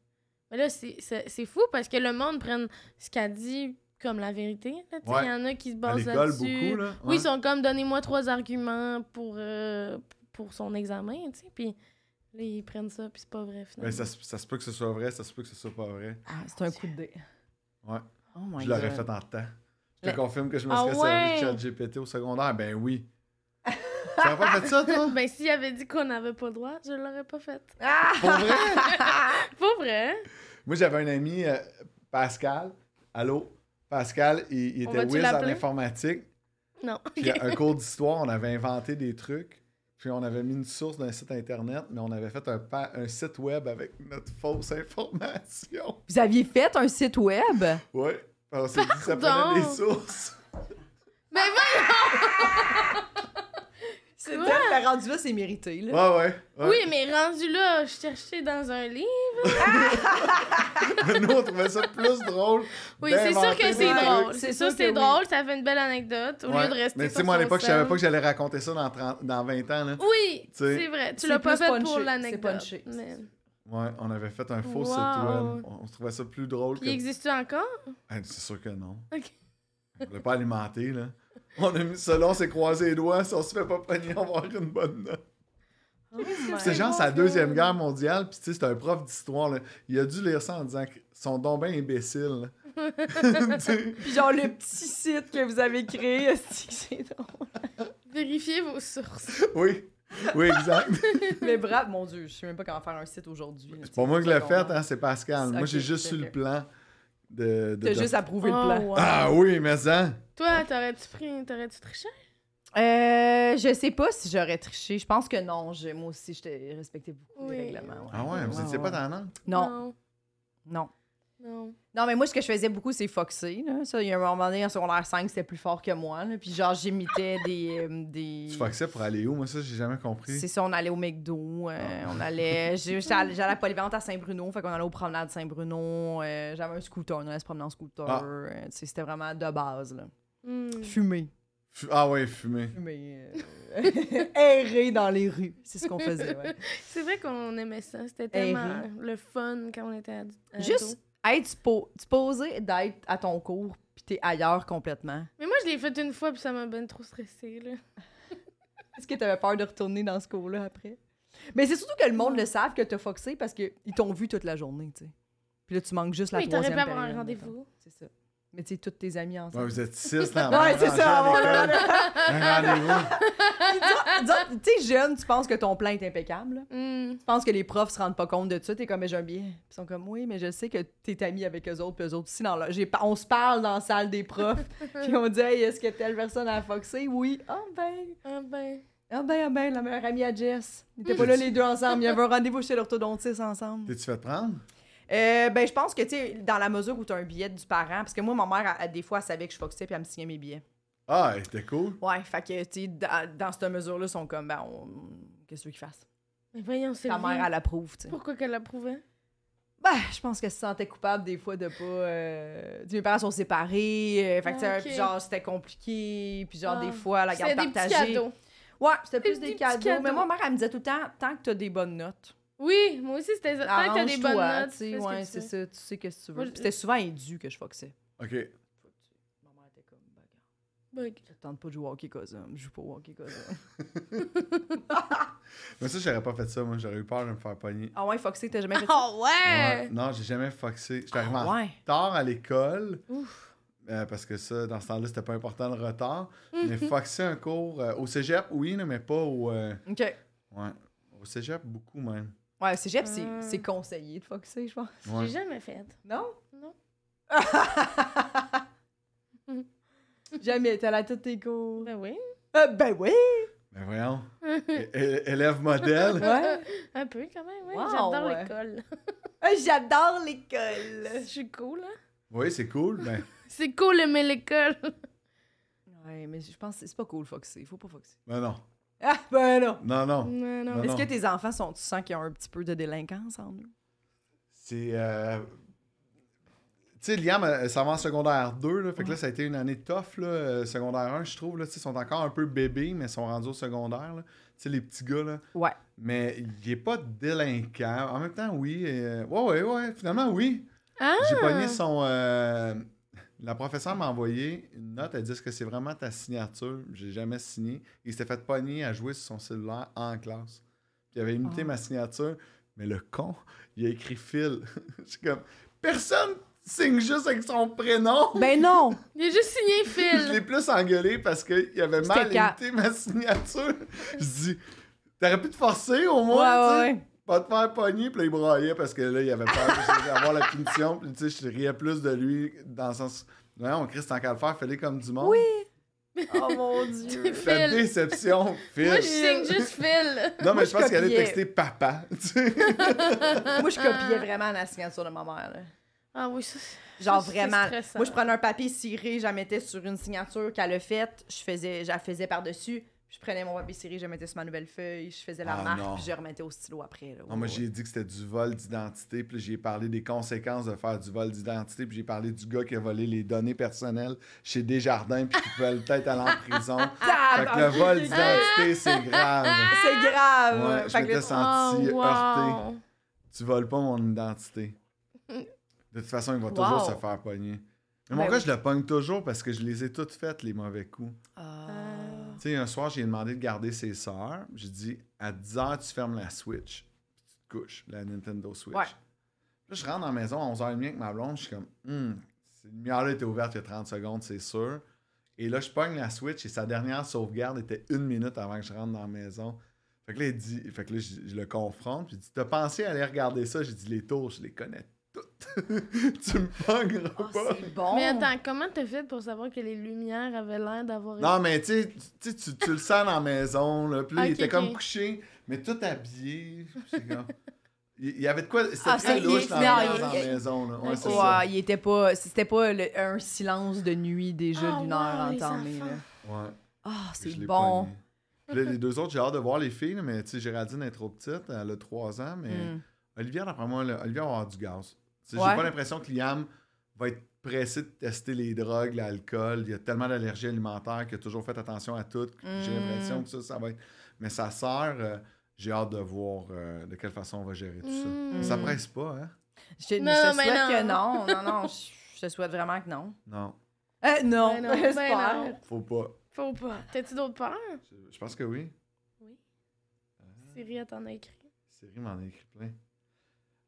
S3: Mais là, c'est- c'est c'est fou parce que le monde prenne ce qu'elle dit comme la vérité. là, tu sais.
S4: Ouais.
S3: Il y en a qui se
S4: à
S3: basent
S4: l'école,
S3: là-dessus.
S4: beaucoup, là.
S3: Oui,
S4: ouais.
S3: ils sont comme donnez-moi trois arguments pour, euh, pour son examen, tu sais. Puis là, ils prennent ça, puis c'est pas vrai finalement.
S4: Ben, ça, se- ça se peut que ce soit vrai, ça se peut que ce soit pas vrai.
S2: Ah, c'est un coup de dé.
S4: Ouais.
S2: Oh my
S4: je l'aurais
S2: God.
S4: fait en temps. Je
S2: Mais-
S4: te confirme que je me
S3: Ah
S4: serais
S3: ouais!
S4: servi de ChatGPT au secondaire. Ben oui. tu n'aurais pas fait ça, toi?
S3: Ben, s'il avait dit qu'on n'avait pas le droit, je l'aurais pas fait.
S2: Ah!
S4: Pour vrai?
S3: Pas vrai? hein?
S4: Moi, j'avais un ami, euh, Pascal. Allô? Pascal, il, il
S3: On
S4: était
S3: va-tu
S4: whiz en
S3: l'appeler?
S4: informatique.
S3: Non.
S4: Puis un cours d'histoire, on avait inventé des trucs. Puis on avait mis une source d'un site internet, mais on avait fait un, pa- un site web avec notre fausse information.
S2: Vous aviez fait un site web?
S4: Ouais. On s'est dit que ça
S3: Pardon? Ben,
S4: Ah, prenait des sources.
S3: Mais voyons!
S2: C'est
S3: Quoi?
S2: bien, rendu là, c'est mérité, là.
S4: Ouais, ouais. ouais.
S3: Oui, mais rendu là, je cherchais dans un livre.
S4: Nous, on trouvait ça plus drôle.
S3: Oui, c'est sûr
S4: d'inventer
S3: que c'est
S4: des
S2: trucs.
S3: drôle.
S2: C'est
S3: C'est
S2: sûr
S3: sûr que c'est
S2: que oui.
S3: drôle, ça fait une belle anecdote au
S4: Ouais.
S3: lieu de rester
S4: Mais tu sais,
S3: sur
S4: moi, à
S3: son
S4: l'époque, je savais
S3: sel.
S4: pas que j'allais raconter ça dans, 30 dans 20 ans. Là.
S3: Oui,
S4: sais.
S3: c'est vrai. Tu
S2: C'est
S3: l'as pas
S2: plus
S3: fait
S2: punché,
S3: pour
S2: c'est
S3: l'anecdote.
S2: punché.
S3: mais-
S4: Ouais, on avait fait un faux
S3: Wow.
S4: site web. On on trouvait ça plus drôle
S3: Puis il
S4: que.
S3: existe encore?
S4: Ah, c'est sûr que non.
S3: Ok.
S4: On voulait pas alimenter, là. On a mis ça là, on s'est croisé les doigts. Si on se fait pas pogner, on va avoir une bonne note.
S2: Oh
S4: C'est genre sa deuxième guerre mondiale, puis tu sais, c'est un prof d'histoire, là. Il a dû lire ça en disant que son don ben imbécile. là. Tu sais,
S2: Puis genre, le petit site que vous avez créé, est-ce que c'est drôle.
S3: Vérifiez vos sources.
S4: oui. Oui, exact.
S2: Mais bravo, mon Dieu, je sais même pas comment faire un site aujourd'hui. là, tu
S4: C'est
S2: sais,
S4: pas moi qui
S2: ça
S4: l'ai
S2: qu'on-
S4: fait, hein, c'est Pascal. Moi,
S2: Ok,
S4: j'ai juste
S2: ok,
S4: su
S2: ok.
S4: le plan de. de-
S2: T'as
S4: de-
S2: juste approuvé le
S3: Oh,
S2: plan.
S3: wow.
S4: Ah oui, mais ça.
S3: Toi, t'aurais-tu pris, t'aurais-tu triché?
S2: Euh, je sais pas si j'aurais triché. Je pense que non. Je- moi aussi, je respectais beaucoup
S3: Oui.
S2: les règlements.
S4: Ah ouais, vous étiez pas
S2: ouais.
S4: dans l'an.
S2: Non, non.
S3: Non.
S2: Non, mais moi, ce que je faisais beaucoup, c'est foxer. Là. Ça, il y a un moment donné, en secondaire 5, c'était plus fort que moi. là. Puis genre, j'imitais des... euh, des...
S4: Tu faxais pour aller où? Moi, ça, j'ai jamais compris.
S2: C'est ça, on allait au McDo, euh, on allait... j'ai- J'étais allée- j'allais à la polyvalente à Saint-Bruno, fait qu'on allait aux promenades Saint-Bruno. euh, J'avais un scooter, on allait se promener en scooter.
S4: Ah.
S2: euh, tu sais, c'était vraiment de base, là.
S3: Hmm.
S2: Fumer.
S4: Fu- Ah ouais, fumé.
S2: Mm. Fumer. euh, errer dans les rues. C'est ce qu'on faisait, ouais.
S3: C'est vrai qu'on aimait ça. C'était
S2: Hey,
S3: tellement le fun quand on était adu- ado.
S2: Eh Juste être spo- supposé d'être à ton cours, puis t'es ailleurs complètement.
S3: Mais moi, je l'ai fait une fois, puis ça m'a ben trop stressée, là.
S2: Est-ce que t'avais peur de retourner dans ce cours-là après? Mais c'est surtout que le monde le savent que t'as foxé parce qu'ils t'ont vu toute la journée, tu sais. Puis là, tu manques juste la
S3: Oui, t'aurais
S2: troisième
S3: pu avoir un
S2: période, mettons.
S3: rendez-vous.
S2: C'est ça. Mais tu sais, tous tes amis
S4: Ouais,
S2: ensemble.
S4: vous êtes six dans
S2: Ouais, c'est ça,
S4: Un
S2: on
S4: rangé
S2: va-
S4: à l'école, un rendez-vous.
S2: Disons- Tu sais, jeune, tu penses que ton plan est impeccable. là.
S3: Hmm.
S2: Tu penses que les profs se rendent pas compte de ça. T'es comme, mais j'ai un billet. Puis Ils sont comme, oui, mais je sais que t'es ami avec eux autres, puis eux autres aussi. Dans leur- j'ai pas- On se parle dans la salle des profs. puis on dit, hey, est-ce que telle personne a foxé? Oui. Ah, ben.
S3: Ah ben...
S2: Ah ben, ah ben, la meilleure amie à Jess. Ils étaient pas là les deux ensemble. Il y avait un rendez-vous chez l'orthodontiste ensemble.
S4: T'es-tu fait prendre?
S2: Euh, ben, je pense que, tu sais, dans la mesure où t'as un billet du parent, parce que moi, ma mère, elle- elle- des fois, elle savait que je foxais puis elle me signait mes billets.
S4: Ah, elle était cool.
S2: Ouais, fait que, tu sais, dans, dans cette mesure-là, ils sont comme, ben, on- qu'est-ce que tu veux qu'ils fassent?
S3: Mais voyons, c'est
S2: Ta mère,
S3: vrai.
S2: elle approuve, tu sais.
S3: Pourquoi qu'elle l'approuvait?
S2: Ben, je pense qu'elle se sentait coupable des fois de pas. euh, tu sais, mes parents sont séparés, euh, fait que, tu sais,
S3: Ah, ok.
S2: puis genre, c'était compliqué, puis genre,
S3: Ah.
S2: des fois, la garde
S3: C'était des petits
S2: partagée.
S3: cadeaux.
S2: Ouais, c'était
S3: Des
S2: plus des,
S3: petits
S2: cadeaux. Mais
S3: cadeaux.
S2: moi, ma mère, elle me disait tout le temps, tant que t'as des bonnes notes.
S3: Oui, moi aussi, c'était ça. Tant que t'as des bonnes
S2: Arrange-toi, Ah,
S3: notes,
S2: tu
S3: tu
S2: sais,
S3: fais ce que
S2: ouais,
S3: tu
S2: c'est
S3: veux.
S2: ça, tu sais qu'est-ce que tu veux.
S3: Moi,
S2: Puis
S3: je-
S2: c'était souvent indu que je foxais. Faut
S4: OK.
S2: que tu- Ma mère était comme, bah, regarde,
S3: Bug.
S2: je te tente pas de jouer au hockey cosum, je joue pas au hockey cosum.
S4: Mais ça, j'aurais pas fait ça, moi. J'aurais eu peur de me faire pogner.
S2: ah ouais, foxé, t'as jamais fait ça?
S3: Ah ouais!
S4: Ouais. Non, j'ai jamais foxé. J'étais arrivé en
S2: Ah ouais.
S4: retard à l'école.
S3: Ouf.
S4: euh, parce que ça, dans ce temps-là, c'était pas important le retard.
S2: Mm-hmm.
S4: Mais foxer un cours euh, au cégep, oui, mais pas au. euh,
S2: OK.
S4: ouais. Au cégep, beaucoup même.
S2: Ouais, cégep, c'est
S3: Euh.
S2: c'est conseillé de foxer, je pense.
S4: Ouais.
S3: J'ai jamais fait.
S2: Non?
S3: Non.
S2: Jamais, t'es allé à tous tes cours.
S3: Ben oui.
S2: Euh, ben oui!
S4: Mais voyons. É- é- élève modèle.
S2: Ouais.
S3: Euh, Un peu quand même, oui.
S2: Wow,
S3: J'adore
S2: ouais.
S3: l'école.
S2: Euh, J'adore
S3: Je
S2: l'école!
S3: suis cool, hein?
S4: Oui, c'est cool, Ben, mais
S3: C'est cool aimer l'école.
S2: Ouais, mais je pense que c'est pas cool foxer, faut pas foxer.
S4: mais non.
S2: Ah, ben non!
S4: Non, non.
S3: Non, non.
S4: Non,
S2: Est-ce que tes enfants sont, tu sens qu'ils ont un petit peu de délinquance en eux?
S4: C'est. euh, Tu sais, Liam, euh, ça va en secondaire 2, là, fait que là, ça a été une année tough, là, euh, secondaire 1, je trouve. Là, tu sais, ils sont encore un peu bébés, mais ils sont rendus au secondaire. là. Tu sais, les petits gars, là.
S2: Ouais.
S4: Mais il est pas délinquant. En même temps, oui. euh, Ouais, ouais, ouais. Finalement, oui.
S3: Ah!
S4: J'ai pogné son. euh, La professeure m'a envoyé une note. Elle dit Est-ce que c'est vraiment ta signature J'ai jamais signé. Il s'était fait pogner à jouer sur son cellulaire en classe. Puis il avait imité
S2: Ah.
S4: ma signature. Mais le con, il a écrit Phil. Je suis comme Personne signe juste avec son prénom.
S2: Ben non!
S3: Il a juste signé
S4: Je
S3: Phil.
S4: l'ai plus engueulé parce qu'il avait
S2: C'était
S4: mal
S2: ca-
S4: imité ma signature. Je dis T'aurais pu te forcer au
S2: Ouais,
S4: moins. tu sais.
S2: ouais, ouais.
S4: Pas te faire pogner, puis là, il braillait parce que là, il avait peur juste d'avoir la punition. Puis tu sais, je riais plus de lui dans le sens. Non, on Christ, tant qu'à le faire, fais-les comme du monde.
S2: Oh mon dieu!
S4: Euh, La
S3: Phil.
S4: déception, Phil.
S3: Moi, je signe juste Phil.
S4: Non, mais
S2: Moi,
S4: je
S2: je
S4: pense qu'elle a
S2: copiais.
S4: texté papa. tu sais.
S2: Moi, je copiais vraiment la signature de ma mère. là.
S3: Ah oui, ça, c'est-
S2: Genre
S3: Ça, c'est
S2: vraiment.
S3: stressant.
S2: Moi, je prenais un papier ciré, j'en mettais sur une signature qu'elle a faite, je faisais, je la faisais par-dessus, puis Je prenais mon papier ciré, je mettais sur ma nouvelle feuille, je faisais la
S4: Ah,
S2: marque,
S4: non.
S2: puis je remettais au stylo après. là.
S4: Non, moi,
S2: Ouais.
S4: j'ai dit que c'était du vol d'identité, puis là, j'ai parlé des conséquences de faire du vol d'identité, puis j'ai parlé du gars qui a volé les données personnelles chez Desjardins, puis qui pouvait peut-être aller en prison.
S3: Ah,
S4: fait que le
S2: Tabarnak,
S4: vol d'identité, c'est grave.
S2: Ah, bah, C'est grave!
S4: Ouais, je
S2: Fait que
S4: m'étais
S2: là,
S4: senti
S3: Oh,
S4: heurté.
S3: wow.
S4: Tu voles pas mon identité. De toute façon, il va
S2: Wow.
S4: toujours se faire pogner. Mais mon
S2: Ben
S4: gars,
S2: oui.
S4: je le pogne toujours parce que je les ai toutes faites, les mauvais coups.
S2: Ah.
S3: Ah.
S4: Tu sais, un soir, j'ai demandé de garder ses sœurs. J'ai dit, à 10h, tu fermes la Switch. Puis tu te couches, la Nintendo Switch.
S2: Ouais.
S4: Là, je rentre dans la maison à 11h30 avec ma blonde. Je suis comme, hum, cette lumière-là était ouverte il y a 30 secondes, c'est sûr. Et là, je pogne la Switch et sa dernière sauvegarde était une minute avant que je rentre dans la maison. Fait que là, il dit, fait que là, je, je le confronte. Puis il dit, t'as pensé à aller regarder ça? J'ai dit, les tours, je les connais toutes. tu me pogneras
S2: Ah,
S4: pas.
S2: c'est bon!
S4: Oh.
S3: Mais attends, comment t'as fait pour savoir que les lumières avaient l'air d'avoir
S4: Non, mais tu sais, tu, sais, tu- tu le sens dans la maison. Là. Puis là, il
S3: Ok,
S4: était comme
S3: ok.
S4: couché, mais tout habillé. C'est comme- Il il y avait de quoi. C'était
S2: Ah,
S4: très
S2: c'est-
S4: louche
S2: il-
S4: dans,
S2: non,
S4: l'ambiance
S2: il-
S4: dans la
S2: il-
S4: maison. Là. Ouais,
S3: Ok.
S4: c'est ça.
S2: Ouais, il était pas. C'était pas le- un silence de nuit déjà
S3: Ah,
S2: d'une heure
S3: wow, les
S2: entamée. là.
S3: enfants.
S4: Ouais,
S2: Ah,
S4: je
S2: c'est
S4: l'ai
S2: bon!
S4: pogné. Puis là, les deux autres, j'ai hâte de voir les filles, là, mais tu sais, Géraldine est trop petite, elle a 3 ans, mais
S2: Mm.
S4: Olivia, d'après moi, là, Olivia va avoir du gaz. Tu sais, J'ai
S2: Ouais.
S4: pas l'impression que Liam va être pressé de tester les drogues, l'alcool. Il y a tellement d'allergies alimentaires qu'il a toujours fait attention à tout. que J'ai
S2: Mm.
S4: l'impression que ça, ça va être. Mais sa sœur, euh, j'ai hâte de voir euh, de quelle façon on va gérer tout ça.
S3: Mm.
S4: Mais Ça presse pas, hein?
S2: Je te-
S3: Non,
S2: je te
S3: mais
S2: souhaite que
S3: non.
S2: non. Non, non, je, je te souhaite vraiment que non.
S4: Non,
S2: Euh, non,
S3: Ben non, ben
S2: j'espère.
S3: non.
S4: faut pas.
S3: Faut pas. T'as-tu d'autres peurs?
S4: Je- Je pense que oui.
S3: Oui. Siri, elle t'en a écrit.
S4: Siri m'en a écrit plein.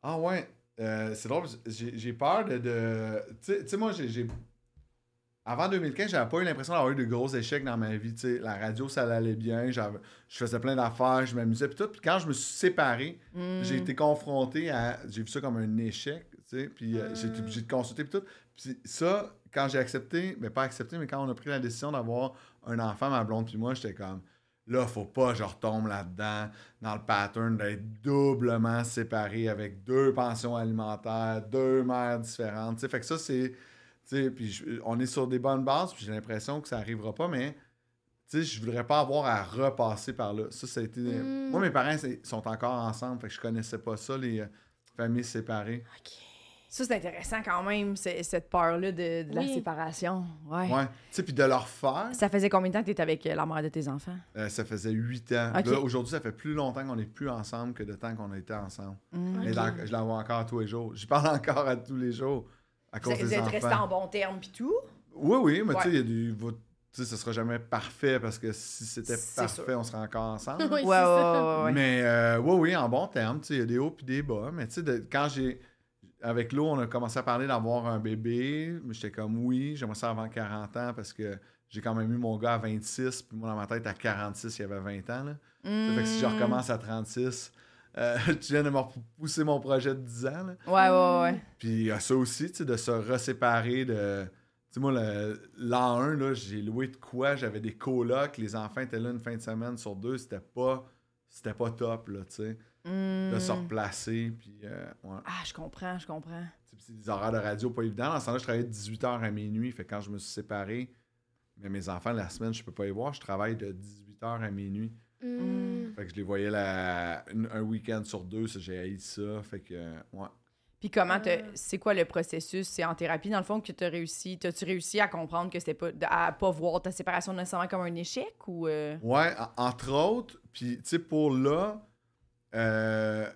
S4: Ah ouais, euh, c'est drôle, j'ai j'ai peur de. de- Tu sais- tu sais, moi, j'ai- j'ai. Avant 2015, j'avais pas eu l'impression d'avoir eu de gros échecs dans ma vie. tu sais. la radio, ça allait bien, j'avais- je faisais plein d'affaires, je m'amusais, puis tout. Puis quand je me suis séparé,
S2: Mm.
S4: j'ai été confronté à. J'ai vu ça comme un échec, tu sais, puis euh, j'ai été obligé de consulter, puis tout. Puis ça, quand j'ai accepté, mais pas accepté, mais quand on a pris la décision d'avoir un enfant, ma blonde, puis moi, j'étais comme. Là, faut pas que je retombe là-dedans, dans le pattern d'être doublement séparé avec deux pensions alimentaires, deux mères différentes. tu sais. Fait que ça, c'est. tu sais, Puis je- on est sur des bonnes bases, puis j'ai l'impression que ça arrivera pas, mais tu sais, je voudrais pas avoir à repasser par là. Ça, ça a été.
S2: Hmm.
S3: Mm.
S4: Moi, mes parents c'est- sont encore ensemble, fait que je connaissais pas ça, les euh, familles séparées.
S3: Ok.
S2: Ça, c'est intéressant quand même, c'est- cette peur-là de, de la
S3: Oui.
S2: séparation. Ouais.
S4: Ouais. Tu sais, puis de leur faire,
S2: Ça faisait combien de temps que tu étais avec euh, la mère de tes enfants?
S4: euh, ça faisait huit ans.
S2: Ok.
S4: Là, aujourd'hui, ça fait plus longtemps qu'on n'est plus ensemble que de temps qu'on a été ensemble.
S2: Mm.
S4: Mais
S3: Ok.
S4: dans- je la vois encore tous les jours. J'y parle encore à tous les jours à
S2: Vous
S4: cause
S2: êtes- vous
S4: des
S2: êtes
S4: enfants.
S2: restés en bon terme pis tout?
S4: Oui, oui, mais
S2: Ouais.
S4: tu sais, il y a du... va- Tu sais, ce sera jamais parfait parce que si c'était
S2: C'est
S4: parfait,
S2: sûr.
S4: on serait encore ensemble.
S3: Ah. Oui, c'est
S2: Ouais, ouais,
S3: ça.
S2: ouais, ouais.
S4: Mais euh, oui, oui, en bon terme. tu sais, Il y a des hauts puis des bas. Mais tu sais, de- quand j'ai. Avec l'eau, on a commencé à parler d'avoir un bébé. mais J'étais comme oui, j'aimerais ça avant 40 ans parce que j'ai quand même eu mon gars à 26. Puis moi, dans ma tête, à 46, il y avait 20 ans. Là. Ça Fait que si je
S2: Mm.
S4: recommence à 36, euh, tu viens de me repousser mon projet de 10 ans. là.
S2: Ouais, ouais, ouais.
S4: Puis il y a ça aussi, tu sais, de se reséparer de. Tu sais, moi, le- l'an 1, là, j'ai loué de quoi? J'avais des colocs, les enfants étaient là une fin de semaine sur deux, c'était pas. C'était pas top, là, tu sais. De
S3: Hmm.
S2: Mm.
S4: se replacer, puis. euh, ouais.
S2: Ah, je comprends, je comprends.
S4: Tu sais, puis C'est des horaires de radio pas évidents. Dans ce temps-là, je travaillais de 18h à minuit, fait que quand je me suis séparé, mais mes enfants, la semaine, je peux pas les voir, je travaille de 18h à minuit.
S3: Mm.
S4: Fait que je les voyais la, une- un week-end sur deux, ça, j'ai haï ça, fait que. euh, ouais.
S2: Puis comment, t'as-
S3: Ah.
S2: c'est quoi le processus? C'est en thérapie, dans le fond, que t'as réussi, t'as-tu réussi à comprendre que c'était pas, à pas voir ta séparation nécessairement comme un échec ou... euh?
S4: Ouais, en- entre autres. Puis, tu sais, pour là, euh,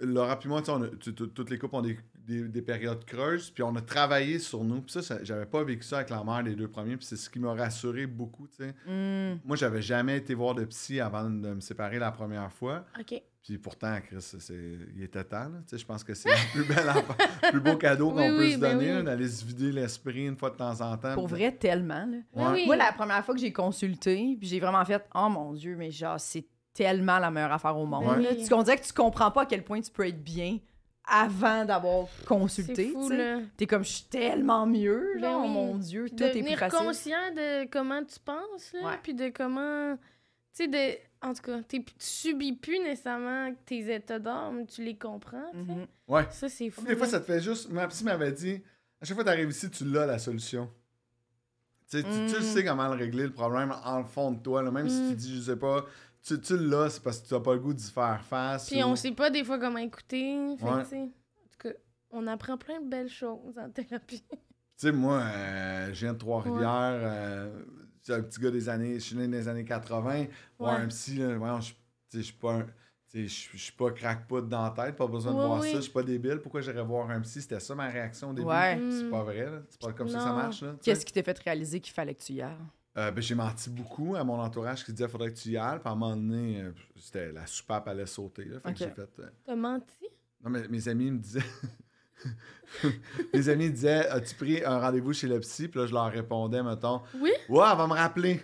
S4: Laura puis moi, tu sais, on a- tu- tu- toutes les couples ont des, des- des périodes creuses. Puis, on a travaillé sur nous. Puis ça, ça- j'avais pas vécu ça avec la mère des deux premiers. Puis, c'est ce qui m'a rassuré beaucoup, tu sais.
S2: Mm.
S4: Moi, j'avais jamais été voir de psy avant de me séparer la première fois.
S3: Ok.
S4: Puis pourtant, Chris, c'est- il était temps. là. Tu sais, Je pense que c'est le plus, bel affaire- le plus beau cadeau qu'on
S3: Oui,
S4: peut
S3: oui,
S4: se
S3: ben
S4: donner,
S3: oui.
S4: là, d'aller se vider l'esprit une fois de temps en temps.
S2: Pour
S4: Puis-
S2: vrai, tellement, là.
S3: Ben oui.
S2: Moi, la première fois que j'ai consulté, puis j'ai vraiment fait Oh mon Dieu, mais genre, c'est tellement la meilleure affaire au monde.
S4: Ouais.
S2: là. Tu- On dirait que tu comprends pas à quel point tu peux être bien avant d'avoir
S3: C'est
S2: consulté.
S3: fou,
S2: tu sais.
S3: là.
S2: T'es comme, je suis tellement mieux,
S3: Ben
S2: genre,
S3: oui.
S2: mon Dieu, tout est plus
S3: Devenir
S2: facile.
S3: conscient de comment tu penses, là,
S2: Ouais.
S3: puis de comment... Tu sais, de... En tout cas, t'es- tu subis plus nécessairement tes états d'âme, tu les comprends, tu sais.
S2: Mhm.
S4: Ouais.
S3: Ça, c'est fou.
S4: Des fois,
S3: là.
S4: ça te fait juste. Ma psy m'avait dit à chaque fois que tu arrives ici, tu l'as la solution. Tu sais, tu- tu le
S2: Mm.
S3: Hmm.
S4: sais comment le régler le problème en le fond de toi, là, même si tu
S3: Mm.
S4: dis, je sais pas, tu, tu l'as, c'est parce que tu n'as pas le goût d'y faire face.
S3: Puis
S4: ou-
S3: on sait pas des fois comment écouter. Fait que,
S4: Ouais.
S3: tu sais, en tout cas, on apprend plein de belles choses en thérapie.
S4: Tu sais, moi, euh, je viens de Trois-Rivières, euh, je suis un petit gars des années, je suis né dans les années 80. Ouais,
S3: Ouais.
S4: un psy, là, voyons, je tu sais, je suis pas un- tu sais, Je suis- je suis pas crackpot dans la tête, pas besoin de
S3: Ouais,
S4: voir
S3: oui.
S4: ça, je suis pas débile. Pourquoi j'irais voir un psy? C'était ça ma réaction au début.
S2: Ouais.
S4: C'est
S3: Mm.
S4: pas vrai, là. c'est pas comme ça que ça
S3: Non.
S4: marche. Là, tu sais.
S2: Qu'est-ce qui t'a fait réaliser qu'il fallait que tu y ailles?
S4: Euh, ben, j'ai menti beaucoup à mon entourage qui disait faudrait que tu y ailles. Puis à un moment donné, euh, c'était la soupape allait sauter. Là, fait
S2: Ok.
S4: que j'ai fait. euh,
S3: T'as menti?
S4: Non, mais mes amis me disaient. mes amis disaient As-tu pris un rendez-vous chez le psy Puis là, je leur répondais, mettons
S3: Oui?
S4: Ouais, elle va me rappeler.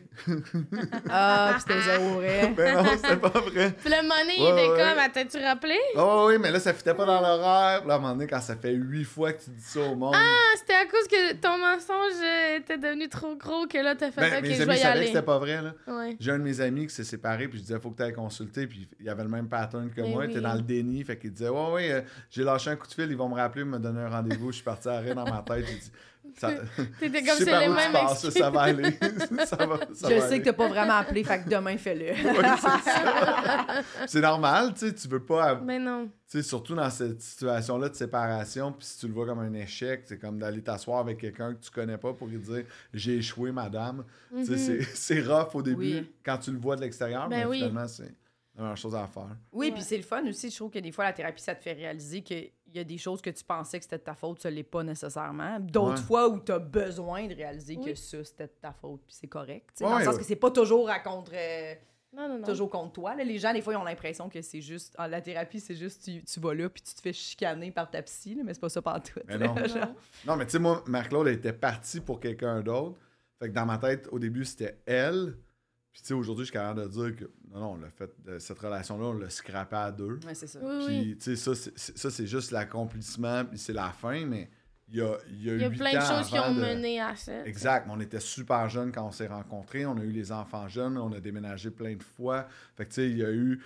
S2: Ah, puis c'était zéro vrai.
S4: mais non, c'était pas vrai.
S3: Puis le money,
S4: Ouais,
S3: il était
S4: ouais.
S3: comme, ah, t'as-tu rappelé?
S4: Oh oui, mais là, ça fitait pas dans l'horaire. Puis là, à un moment donné, quand ça fait huit fois que tu dis ça au monde.
S3: Ah, c'était à cause que ton mensonge euh, était devenu trop gros que là, t'as fait,
S4: ben,
S3: ok,
S4: mes
S3: je vais y
S4: amis savaient que
S3: aller.
S4: c'était pas vrai, là.
S3: Ouais.
S4: J'ai un de mes amis qui s'est séparé, puis je disais, faut que tu ailles consulter. Puis il avait le même pattern que
S3: Mais
S4: moi, il
S3: Eh oui.
S4: était dans le déni. Fait qu'il disait, ouais, ouais, euh, j'ai lâché un coup de fil, ils vont me rappeler, me donner un rendez-vous. Je suis parti à rire dans ma tête. J'ai dit, ça,
S3: T'étais
S4: je
S3: comme,
S4: sais
S3: c'est
S4: par
S3: les
S4: où tu
S3: mêmes
S4: passes,
S3: excuses.
S4: ça va aller. ça va, ça
S2: je
S4: va
S2: sais
S4: aller.
S2: que t'as pas vraiment appelé, fait que demain, fais-le.
S4: Ouais, c'est ça. C'est normal, tu sais, tu veux pas. Tu
S3: Mais non.
S4: sais, surtout dans cette situation-là de séparation, puis si tu le vois comme un échec, c'est comme d'aller t'asseoir avec quelqu'un que tu connais pas pour lui dire j'ai échoué, madame. Tu sais,
S3: Mhm.
S4: c'est- c'est rough au début
S2: Oui.
S4: quand tu le vois de l'extérieur,
S3: Ben
S4: mais
S3: oui.
S4: finalement, c'est la meilleure chose à faire.
S2: Oui,
S3: Ouais.
S2: puis c'est le fun aussi. Je trouve que des fois, la thérapie, ça te fait réaliser qu'il y a des choses que tu pensais que c'était de ta faute, ça l'est pas nécessairement. D'autres
S4: Ouais.
S2: fois où tu as besoin de réaliser que
S3: Oui.
S2: ça, c'était de ta faute, puis c'est correct. tu sais, dans
S4: Ouais,
S2: le sens
S4: ouais.
S2: que c'est pas toujours à contre, euh,
S3: Non, non, non.
S2: toujours contre toi. là. Les gens, des fois, ils ont l'impression que c'est juste. ah, la thérapie, c'est juste tu, tu vas là, puis tu te fais chicaner par ta psy, là, mais c'est pas ça pantoute.
S4: Mais
S2: là,
S4: non.
S2: genre.
S3: Non.
S4: Non, mais tu sais, moi, Marc-Claude elle était partie pour quelqu'un d'autre. Fait que dans ma tête, au début, c'était elle. Puis tu sais, aujourd'hui, je suis capable de dire que non, non, on l'a fait, euh, cette relation-là, on l'a scrappée à deux.
S2: Ouais, c'est ça.
S3: Oui, oui.
S4: Puis, tu sais, ça, c'est- c'est- ça, c'est juste l'accomplissement, puis c'est la fin, mais il y a, il y a,
S3: Il y a
S4: huit
S3: plein de
S4: ans
S3: choses qui
S4: avant
S3: ont
S4: de-
S3: mené à ça.
S4: Exact, mais on était super jeunes quand on s'est rencontrés, on a eu les enfants jeunes, on a déménagé plein de fois. Fait que, tu sais, il y a eu.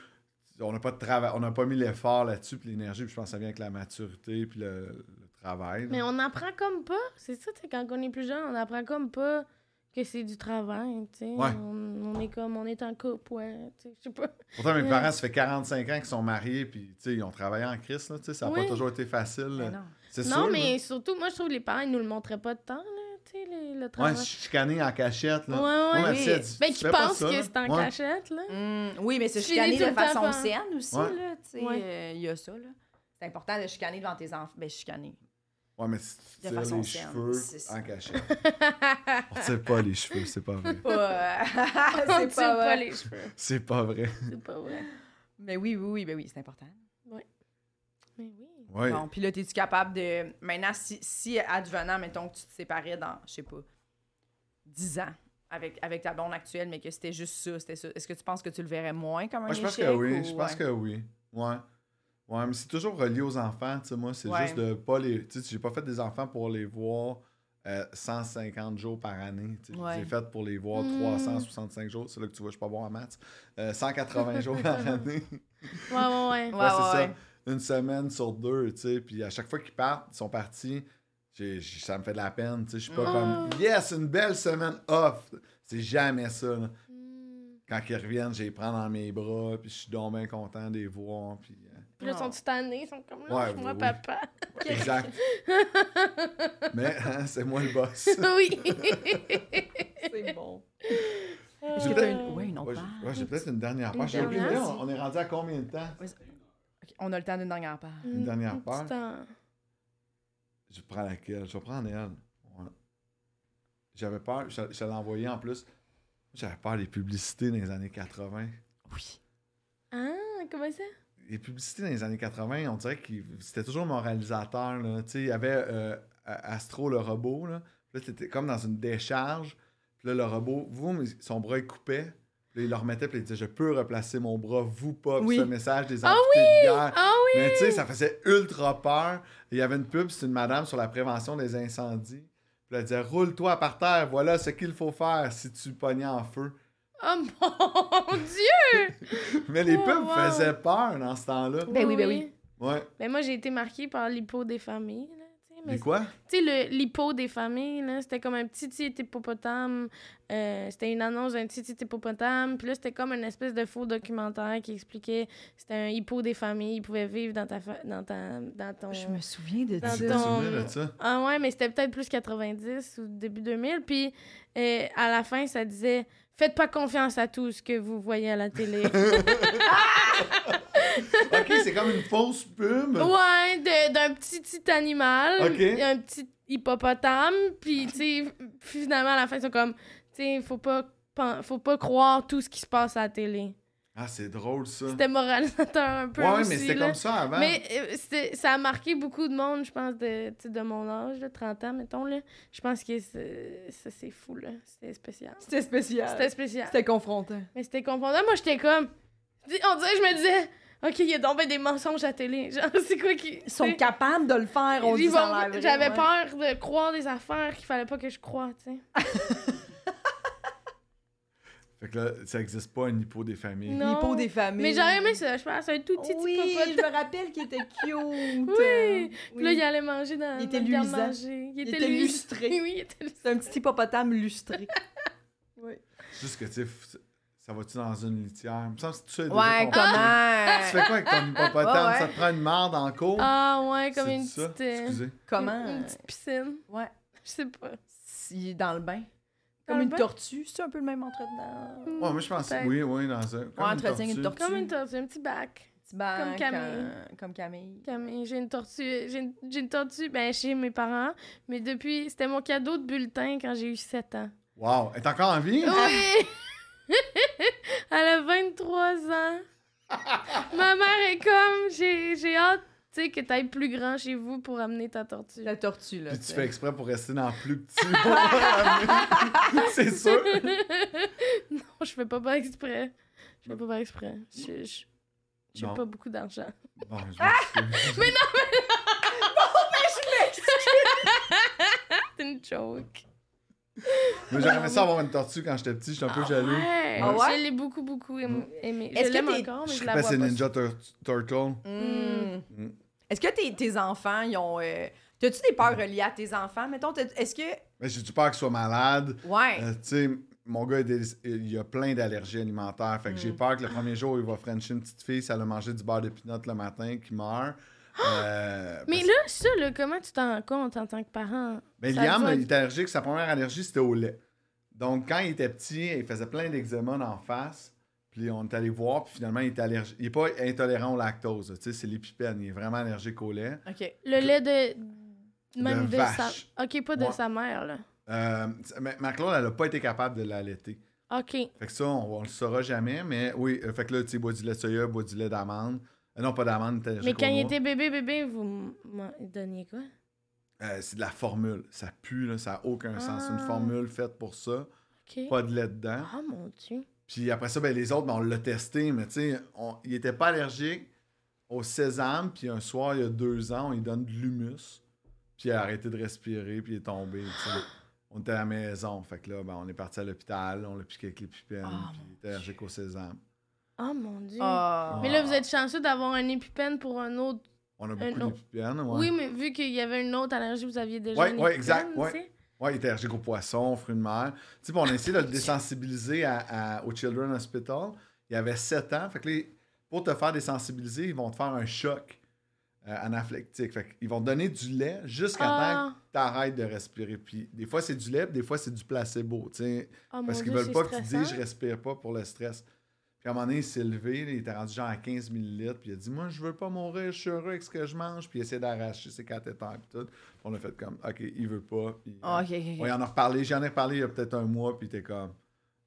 S4: On n'a pas, de travail- on n'a pas mis l'effort là-dessus, puis l'énergie, puis je pense que ça vient avec la maturité, puis le, le travail. là.
S3: Mais on apprend comme pas. C'est ça, tu sais, quand on est plus jeune, on apprend comme pas que c'est du travail, tu sais.
S4: Ouais.
S3: On, on est comme, on est en couple, ouais. tu sais, Je sais pas.
S4: Pourtant, mes
S3: Ouais.
S4: parents, ça fait 45 ans qu'ils sont mariés, puis tu sais, ils ont travaillé en crise, là, tu sais, ça n'a
S3: Oui.
S4: pas toujours été
S2: Mais
S4: facile.
S2: Ben non.
S4: C'est sûr.
S3: Non,
S4: là.
S3: mais surtout, moi, je trouve que les parents, ils nous le montraient pas de temps, là, tu sais, le, le
S4: Ouais,
S3: travail.
S4: chicané en cachette, là.
S3: Ouais, ouais.
S4: ma
S2: oui.
S4: fille, elle dit,
S3: Ben,
S4: Tu
S3: qui
S4: fais pas
S3: pensent
S4: ça,
S3: que
S4: là.
S3: c'est en
S4: Ouais.
S3: cachette, là.
S2: Mm, oui, mais se
S3: Je suis née
S2: chicaner
S3: tout
S2: de
S3: le temps
S2: façon
S3: par-
S2: saine aussi,
S4: Ouais.
S2: là, tu sais, euh, il
S3: Ouais.
S2: y a ça, là. C'est important de chicaner devant tes enfants. Ben, chicaner.
S4: Ouais, mais si tu
S2: De
S4: tires
S2: façon
S4: les
S2: saine,
S4: cheveux
S2: c'est ça.
S4: en cachette. On tire pas les cheveux, c'est pas vrai.
S2: Pas, euh,
S3: On
S2: c'est
S3: tire pas,
S2: vrai.
S3: les cheveux.
S4: C'est pas vrai.
S3: C'est pas vrai.
S2: Mais oui, oui, oui, ben oui, c'est important.
S3: Mais oui.
S4: Ouais.
S2: Bon, puis là, es-tu capable de. Maintenant, si, si advenant, mettons que tu te séparais dans, je sais pas, 10 ans avec, avec ta blonde actuelle, mais que c'était juste ça, c'était ça, est-ce que tu penses que tu le verrais moins comme un
S4: Moi, je pense
S2: échec
S4: que oui.
S2: ou-
S4: Je pense
S2: ouais.
S4: que oui. Ouais. Ouais, mais c'est toujours relié aux enfants, tu sais, moi. C'est
S2: Ouais.
S4: juste de pas les. Tu sais, j'ai pas fait des enfants pour les voir euh, 150 jours par année. tu sais.
S2: Ouais. Hmm.
S4: J'ai fait pour les voir
S3: Mm.
S4: 365 jours. C'est là que tu vois, je suis pas bon en maths. Euh, 180 jours par année.
S3: Ouais, ouais, ouais.
S2: Ouais,
S4: Ouais, c'est
S2: ouais,
S4: ça. Une semaine sur deux, tu sais. Puis à chaque fois qu'ils partent, ils sont partis, j'ai- j'ai- ça me fait de la peine, tu sais. Je suis pas
S3: Ah.
S2: Oh.
S4: comme, yes, une belle semaine off. C'est jamais ça, là.
S3: Hmm.
S4: Quand ils reviennent, je les prends dans mes bras, puis je suis donc bien content de les voir. Puis, euh,
S3: Puis là, ils
S2: Non.
S3: sont tannés, ils sont comme,
S4: Ouais,
S3: là, moi
S4: oui, oui.
S3: papa.
S4: exact. Mais hein, c'est moi le boss.
S3: oui. Euh,
S2: C'est bon.
S4: J'ai
S2: Est-ce que
S4: peut-être-
S2: t'as une. Oui, une autre
S4: Ouais,
S2: part?
S4: j'ai- ouais, j'ai peut-être une dernière
S3: Une
S4: part. J'ai aucune idée,
S3: dernière?
S4: on, on est rendu à combien de temps?
S2: Ok, on a le temps d'une dernière part.
S4: Une dernière part.
S3: petite en-
S4: Je prends laquelle? Je vais prendre elle. Ouais. J'avais peur, je, je l'ai envoyé en plus. J'avais peur des publicités dans les années 80.
S2: Oui.
S3: Ah, comment ça?
S4: les publicités dans les années 80, on dirait que c'était toujours moralisateur. Là. Tu sais, Il y avait euh, A- Astro, le robot. Là, Puis là c'était comme dans une décharge. Puis là, le robot, vous, mais son bras est coupé. Puis là, il le remettait, puis il disait Je peux replacer mon bras, vous pas. Puis
S2: Oui.
S4: c'est un message des
S3: Ah
S4: amputés de guerre.
S3: Ah oui!
S4: Mais tu sais, ça faisait ultra peur. Il y avait une pub, c'est une madame sur la prévention des incendies. Puis elle disait Roule-toi par terre, voilà ce qu'il faut faire si tu pognais en feu.
S3: Oh mon Dieu!
S4: Mais les
S3: Oh,
S4: pubs
S3: wow. Oh,
S4: faisaient peur dans ce temps-là.
S2: Ben oui, ben oui.
S4: Ouais.
S3: Ben moi, j'ai été marquée par l'hypo des familles. Là, tu sais, mais
S4: Les quoi?
S3: Tu sais, le- l'hippo des familles, là, c'était comme un petit petit hippopotame. euh, c'était une annonce d'un petit petit hippopotame. Puis là, c'était comme une espèce de faux documentaire qui expliquait c'était un hippo des familles. Il pouvait vivre dans ta... fa- dans ta... dans ton...
S2: Je me souviens de
S3: Dans
S2: ça.
S4: Je me
S3: ton-
S4: souviens de ça.
S3: Ah ouais, mais c'était peut-être plus 90 ou début 2000. Puis euh, à la fin, ça disait « Faites pas confiance à tout ce que vous voyez à la télé. »
S4: Ok, c'est comme une fausse pub.
S3: Ouais, de- d'un petit petit animal,
S4: Ok.
S3: un petit hippopotame, puis tu sais, finalement à la fin ils sont comme tu sais, faut pas pen- faut pas croire tout ce qui se passe à la télé.
S4: Ah, c'est drôle ça.
S3: C'était moralisateur un peu
S4: Ouais,
S3: aussi,
S4: mais c'était
S3: là.
S4: comme ça avant.
S3: Mais euh, c'était- ça a marqué beaucoup de monde, je pense, de, tu sais, de mon âge, de 30 ans, mettons. Là. Je pense que c'est- ça, c'est fou, là. C'était spécial.
S2: C'était spécial.
S3: C'était spécial.
S2: C'était confrontant.
S3: Mais c'était confondant. Moi, j'étais comme... On dirait que je me disais, OK, il y a donc ben des mensonges à la télé. Genre, c'est quoi qui...
S2: Ils sont
S3: c'est-
S2: capables de le faire, on
S3: Ils
S2: dit ça
S3: vont-
S2: a l'air vrai,
S3: J'avais
S2: ouais.
S3: peur de croire des affaires qu'il fallait pas que je croie, tu sais.
S4: Fait que là, ça existe pas un hippo des familles.
S3: Non.
S2: L'hippo des familles.
S3: Mais j'aurais aimé ça, je pense, un tout petit
S2: Oui,
S3: hippopotame.
S2: je me rappelle qu'il était cute.
S3: Oui. Puis Là,
S2: Oui.
S3: il allait manger dans,
S2: Il
S3: dans
S2: était
S3: le garde
S2: luisant.
S3: manger.
S2: Il était
S3: lus-
S2: lustré.
S3: Oui, il était lustré.
S2: C'est un petit hippopotame lustré. oui.
S4: Juste que, tu sais, f- ça va-tu dans une litière? Il me semble que c'est tout ça. déjà
S2: Ouais,
S4: qu'on- Tu
S2: comment?
S4: fais quoi avec ton hippopotame?
S2: Ouais, ouais.
S4: Ça te prend une marde en cours?
S3: Ah ouais, comme
S4: C'est
S3: une
S4: ça?
S3: petite... euh,
S4: Excusez.
S2: Oh. Comment?
S3: Une, une petite piscine.
S2: Ouais.
S3: Je sais pas.
S2: Il est dans le bain.
S3: Dans
S2: Comme
S3: le
S2: une
S3: bain?
S2: tortue. C'est un peu le même entretien.
S4: Ouais, moi je pense
S3: Peut-être.
S4: oui, oui, dans un.
S2: Ouais, entretien une tortue.
S3: Comme une tortue, un petit bac.
S2: Petit bain,
S3: Comme Camille.
S2: quand- Comme Camille.
S3: Camille, j'ai une tortue, j'ai une, j'ai une tortue ben, chez mes parents, mais depuis, c'était mon cadeau de bulletin quand j'ai eu 7 ans.
S4: Wow, elle est encore en vie?
S3: Oui! Elle a 23 ans. Ma mère est comme, j'ai j'ai hâte, tu sais, que t'ailles plus grand chez vous pour amener ta tortue.
S2: La tortue, là.
S4: Puis tu
S2: t'sais.
S4: fais exprès pour rester dans le plus petit. c'est sûr.
S3: non, je fais pas pas exprès. Je fais pas pas exprès. Je- je- J'ai
S4: Non.
S3: pas beaucoup d'argent.
S4: Bon, je
S3: Ah!
S4: m'excuse.
S3: C'est une joke.
S4: Mais j'aurais aimé ça avoir une tortue quand j'étais petit, j'étais un peu jaloux. Hmm.
S3: Ouais,
S2: Ah ouais?
S3: Je l'ai beaucoup, beaucoup aim- aimé.
S2: Est-ce
S3: Je
S2: que
S3: l'aime
S2: t'es-
S3: encore, mais
S4: Je
S3: je
S4: sais
S3: la
S4: pas
S3: vois
S4: c'est
S3: pas.
S4: Ninja Tur- Turtle.
S2: Mm.
S4: Mm.
S2: Est-ce que tes, tes enfants, ils ont. euh, T'as-tu des peurs reliées à tes enfants? Mettons, t'as- est-ce que.
S4: Mais j'ai du peur qu'il soit malade.
S2: Ouais.
S4: Euh, tu sais, mon gars, il a des- il a plein d'allergies alimentaires. Fait que
S2: Mm.
S4: j'ai peur que le premier jour, il va frencher une petite fille, ça a mangé du beurre de pinot le matin, qui meurt. Euh,
S3: Mais là, ça, là, comment tu t'en rends compte en tant que parent?
S4: Mais
S3: Ça
S4: Liam,
S3: doit être-
S4: il était allergique. Sa première allergie, c'était au lait. Donc, quand il était petit, il faisait plein d'eczéma en face. Puis on est allé voir, puis finalement, il est allergique. Il n'est pas intolérant au lactose. Tu sais, c'est l'épipène. Il est vraiment allergique au lait.
S2: OK.
S3: Le lait de. Même
S4: De
S3: de,
S4: vache.
S3: sa. Ok, pas de
S4: Ouais.
S3: sa mère, là.
S4: Euh, mais Marc-Claude, elle n'a pas été capable de l'allaiter.
S3: Ok.
S4: Fait que ça, on, on le saura jamais. Mais oui, euh, fait que là, tu sais, bois du lait de soya, bois du lait d'amande. Euh, non, pas d'amande, il est allergique
S3: Mais quand
S4: aux
S3: il
S4: noix.
S3: était bébé, bébé, vous m- m'en donniez quoi?
S4: Euh, c'est de la formule. Ça pue, là, ça n'a aucun sens. C'est
S3: Ah.
S4: une formule faite pour ça.
S3: Ok.
S4: Pas de lait dedans.
S3: Ah, mon Dieu.
S4: Puis après ça, ben, les autres, ben, on l'a testé, mais tu sais, on- il était pas allergique au sésame. Puis un soir, il y a deux ans, on lui donne de l'humus. Puis il a arrêté de respirer, puis il est tombé. tu sais. on était à la maison. Fait que là, ben, on est parti à l'hôpital, on l'a piqué avec les pipines,
S2: Ah,
S4: puis il était allergique au sésame.
S3: Ah, mon Dieu.
S2: Ah.
S3: Mais là, vous êtes chanceux d'avoir un épipène pour un autre.
S4: On a beaucoup
S3: Euh, non.
S4: d'épipènes, ouais.
S3: Oui, mais vu qu'il y avait une autre allergie, vous aviez déjà
S4: Ouais,
S3: une
S4: ouais, exact,
S3: épipène,
S4: ouais.
S3: tu sais?
S4: Ouais, il était allergique aux poissons, aux fruits de mer. Tu sais, puis on a essayé de le désensibiliser à, à- au Children's Hospital. Il avait 7 ans. Fait que là, pour te faire désensibiliser, ils vont te faire un choc euh, anaphylactique. Fait qu'ils vont te donner du lait jusqu'à
S3: Ah.
S4: temps que tu arrêtes de respirer. Puis des fois, c'est du lait, puis des fois, c'est du placebo. tu sais,
S3: Ah, mon
S4: parce qu'ils
S3: Dieu,
S4: veulent
S3: c'est
S4: pas que tu
S3: stressant.
S4: dises je respire pas pour le stress. Puis à un moment donné, il s'est levé, là, il était rendu genre à 15 ml, puis il a dit Moi, je veux pas mourir, je suis heureux avec ce que je mange, puis il essaie d'arracher ses cathéters, puis tout. Puis on a fait comme Ok, il veut pas. Puis,
S2: Ah,
S4: euh,
S2: OK, OK, OK.
S4: Ouais, on a reparlé, j'en ai reparlé il y a peut-être un mois, puis t'es comme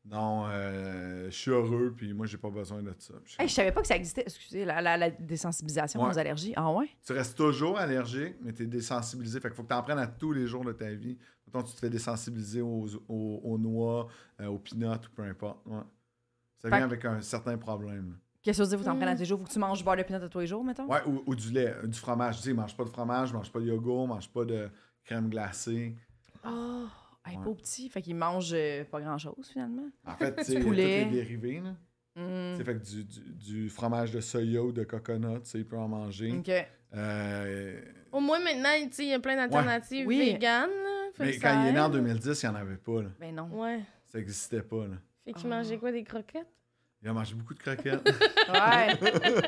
S4: Non, euh, je suis heureux, puis moi, j'ai pas besoin de ça. Puis je suis
S2: Hey, je savais pas que ça existait. Excusez, la, la- la désensibilisation
S4: Ouais.
S2: aux allergies. Ah ouais?
S4: Tu restes toujours allergique, mais tu es désensibilisé. Fait qu'il faut que tu en prennes à tous les jours de ta vie. Mettons, tu te fais désensibiliser aux, aux- aux noix, euh, aux peanuts ou peu importe. Ouais. Ça
S2: Fait
S4: vient
S2: que-
S4: avec un certain problème.
S2: Qu'est-ce que ça veut dire, vous t'en
S3: Mm.
S2: prenez à tous les jours? Faut que tu manges du beurre de pinot à tous les jours, mettons?
S4: Ouais, ou, ou du lait, euh, du fromage. Tu sais, mange pas de fromage, mange pas de yogourt, mange pas de crème glacée.
S2: Oh, hey,
S4: Ouais.
S2: pauvre petit. Fait qu'il mange euh, pas grand-chose, finalement.
S4: En fait, tu sais,
S2: Du
S4: tous
S2: poulet.
S4: les dérivés. Là.
S2: Mm.
S4: Tu sais, fait que du, du- du fromage de soya ou de coconut, tu sais, il peut en manger.
S2: OK.
S4: Euh,
S3: Au moins, maintenant, tu sais, il y a plein d'alternatives
S2: Oui.
S3: véganes. là. Fait
S4: Mais
S3: que
S4: quand
S3: ça
S4: il est né en
S3: aide.
S4: 2010, il n'y en avait pas. Là.
S2: Ben non.
S3: Ouais.
S4: Ça n'existait pas. Là.
S3: Fait qu'il
S2: Ah.
S3: mangeait quoi, des croquettes?
S4: Il a mangé beaucoup de croquettes.
S2: Ouais.
S4: tu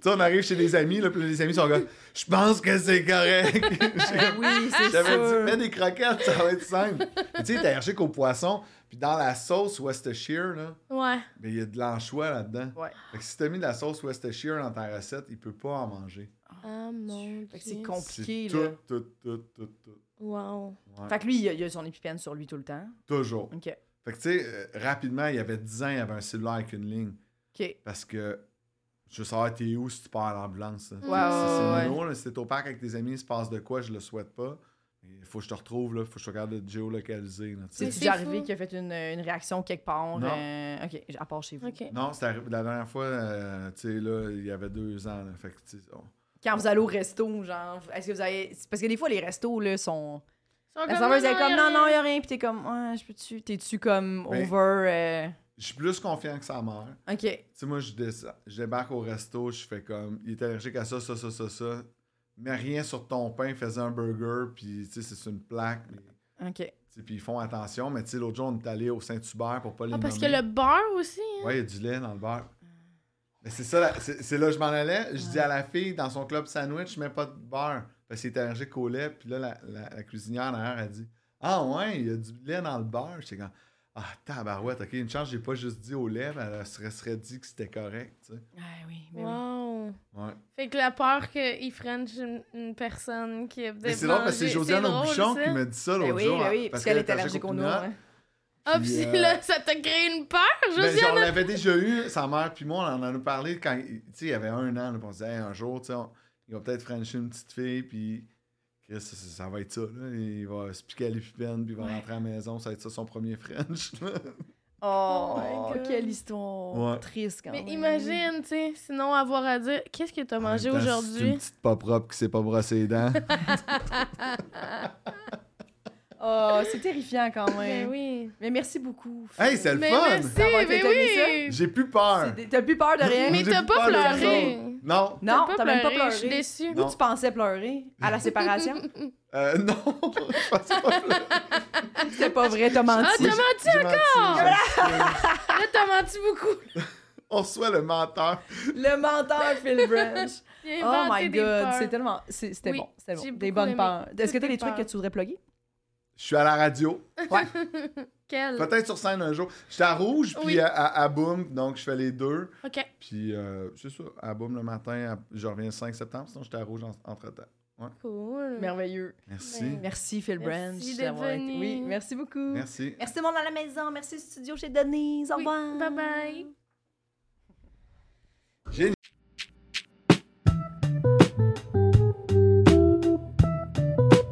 S4: sais, on arrive chez des amis, là, puis les amis sont comme « Je pense que c'est correct! »
S2: Ben oui, c'est
S4: J'avais dit « Fais
S2: sûr.
S4: des croquettes, ça va être simple! » Mais Tu sais, t'es allergique au poisson, puis dans la sauce Worcestershire, là,
S3: Ouais.
S4: ben, il y a de l'anchois là-dedans.
S2: Ouais.
S4: Fait que si t'as mis de la sauce Worcestershire dans ta recette, il peut pas en manger.
S3: Ah mon dieu.
S2: Fait que c'est compliqué,
S4: C'est
S2: là.
S4: tout, tout, tout, tout, tout.
S3: Wow.
S4: Ouais.
S2: Fait que lui, il a, il a son épipène sur lui tout le temps.
S4: Toujours.
S2: OK.
S4: Fait que tu sais, euh, rapidement, il y avait 10 ans, il y avait un cellulaire avec une ligne.
S2: OK.
S4: Parce que je veux savoir t'es où si tu pars à l'ambulance. là.
S3: Mm. Ah, Ouais,
S2: ouais,
S4: C'est
S2: ouais.
S4: mignon, là, si t'es au parc avec tes amis, il se passe de quoi, je le souhaite pas. Il faut que je te retrouve, là, faut que je te regarde de géolocaliser. là, tu sais.
S2: C'est
S3: c'est
S2: déjà
S3: fou.
S2: arrivé qu'il a fait une, une réaction quelque part.
S4: Non.
S2: euh, OK, à part chez vous.
S3: OK.
S4: Non, c'est arrivé la dernière fois, euh, tu sais, là, il y avait deux ans. là, fait que, tu sais, on-
S2: Quand vous allez au resto, genre, est-ce que vous avez. c'est Parce que des fois, les restos, là, sont.
S3: Ils sont
S2: La serveuse, elle est comme,
S3: y a
S2: non, non,
S3: rien.
S2: il a rien. Puis t'es comme, ouais, je peux-tu. T'es-tu comme
S4: Ben-
S2: over.
S4: Je suis plus confiant que sa mère.
S2: euh, OK.
S4: Tu sais, moi, je descends- je débarque au resto, je fais comme, il est allergique à ça, ça, ça, ça, ça. Mets rien sur ton pain, fais un burger, puis tu sais, c'est sur une plaque. mais- tu
S2: OK.
S4: sais, Puis ils font attention, mais tu sais, l'autre jour, on est allé au Saint-Hubert pour pas les
S3: Ah, parce que
S4: nommer.
S3: le beurre aussi, hein?
S4: Ouais, il y a du lait dans le beurre. Mais c'est ça, la- c'est c'est là que je m'en allais. Je dis à la fille, dans son club sandwich, je mets pas de beurre. Parce qu'il est allergique au lait. Puis là, la, la- la cuisinière en arrière, elle dit Ah ouais, il y a du lait dans le beurre. J'étais comme Ah, tabarouette, ok, une chance, j'ai pas juste dit au lait, mais elle serait, serait dit que c'était correct. tu sais.
S2: Ah oui, mais
S3: Ben
S2: oui.
S3: Wow.
S4: Ouais.
S3: Fait que la peur qu'il french une, une personne qui a
S4: Mais c'est drôle parce que c'est Josiane Aubuchon qui me dit ça l'autre
S2: Ben oui,
S4: jour.
S2: ben
S4: hein,
S2: oui, parce qu'elle est allergique
S4: aux
S2: aux noix.
S4: peanuts.
S2: hein.
S3: Ah,
S4: Puis,
S3: puis
S4: euh,
S3: là, ça t'a créé une peur,
S4: Ben, genre,
S3: Josiane?
S4: on l'avait déjà eu, sa mère puis moi, on en a parlé quand tu sais, il y avait un an, là, puis on se disait Hey, un jour, tu sais, on- il va peut-être frencher une petite fille, puis Chris, ça, ça- ça va être ça, là. il va se piquer à l'épipène, puis il va rentrer à la maison, ça va être ça son premier French.
S2: Oh,
S3: Oh my God.
S2: quelle histoire
S4: Ouais.
S2: triste quand
S3: Mais
S2: même.
S3: imagine, tu sais, sinon avoir à dire qu'est-ce que t'as mangé
S4: En même temps, C'est une
S3: aujourd'hui?
S4: petite pas propre qui s'est pas brossé les dents.
S2: Oh, c'est terrifiant quand
S3: Ben
S2: même.
S3: oui.
S2: Mais merci beaucoup.
S4: hey, c'est le
S3: Mais
S4: fun!
S3: merci,
S2: D'avoir
S3: mais
S2: été aimé,
S3: oui!
S4: J'ai plus peur!
S2: C'est des- T'as plus peur de rien?
S3: Mais
S4: J'ai
S3: t'as
S4: plus
S3: pas
S4: peur des
S3: pleuré.
S4: autres. Non!
S2: Non, t'as même pas pleuré.
S3: Je suis déçue.
S4: Non.
S2: Où tu pensais pleurer? À la séparation?
S4: Euh, non! Je pense pas.
S2: C'était pas vrai, t'as
S3: Ah,
S2: menti.
S3: t'as menti!
S4: J'ai menti,
S3: Là, t'as menti beaucoup.
S4: On reçoit le menteur.
S2: Le menteur Phil Branch.
S3: J'ai
S2: Oh
S3: inventé
S2: my
S3: des
S2: god,
S3: peurs.
S2: c'est tellement. c'est- C'était
S3: Oui,
S2: bon, c'était
S3: j'ai
S2: bon. Des
S3: beaucoup
S2: bonnes
S3: aimé.
S2: peurs. Est-ce que
S3: Toutes
S2: t'as
S3: les
S2: des trucs que
S3: peurs.
S2: tu voudrais plugger?
S4: Je suis à la radio.
S3: Quelle?
S4: Peut-être sur scène un jour. J'étais à Rouge, puis
S3: Oui.
S4: à, à- à Boom, donc je fais les deux.
S3: OK.
S4: Puis euh, c'est ça, à Boom le matin, à- je reviens le 5 septembre, sinon j'étais à Rouge en- entre-temps.
S3: Cool.
S2: Merveilleux.
S4: Merci.
S3: Ben,
S2: Mm. Merci Phil Branch.
S3: Merci d'être
S2: d'avoir été-
S3: venu.
S2: Oui, merci beaucoup.
S4: Merci.
S2: Merci tout le monde à la maison. Merci studio chez Denise. Au
S3: Oui,
S2: revoir.
S3: Bye bye.
S4: Génial.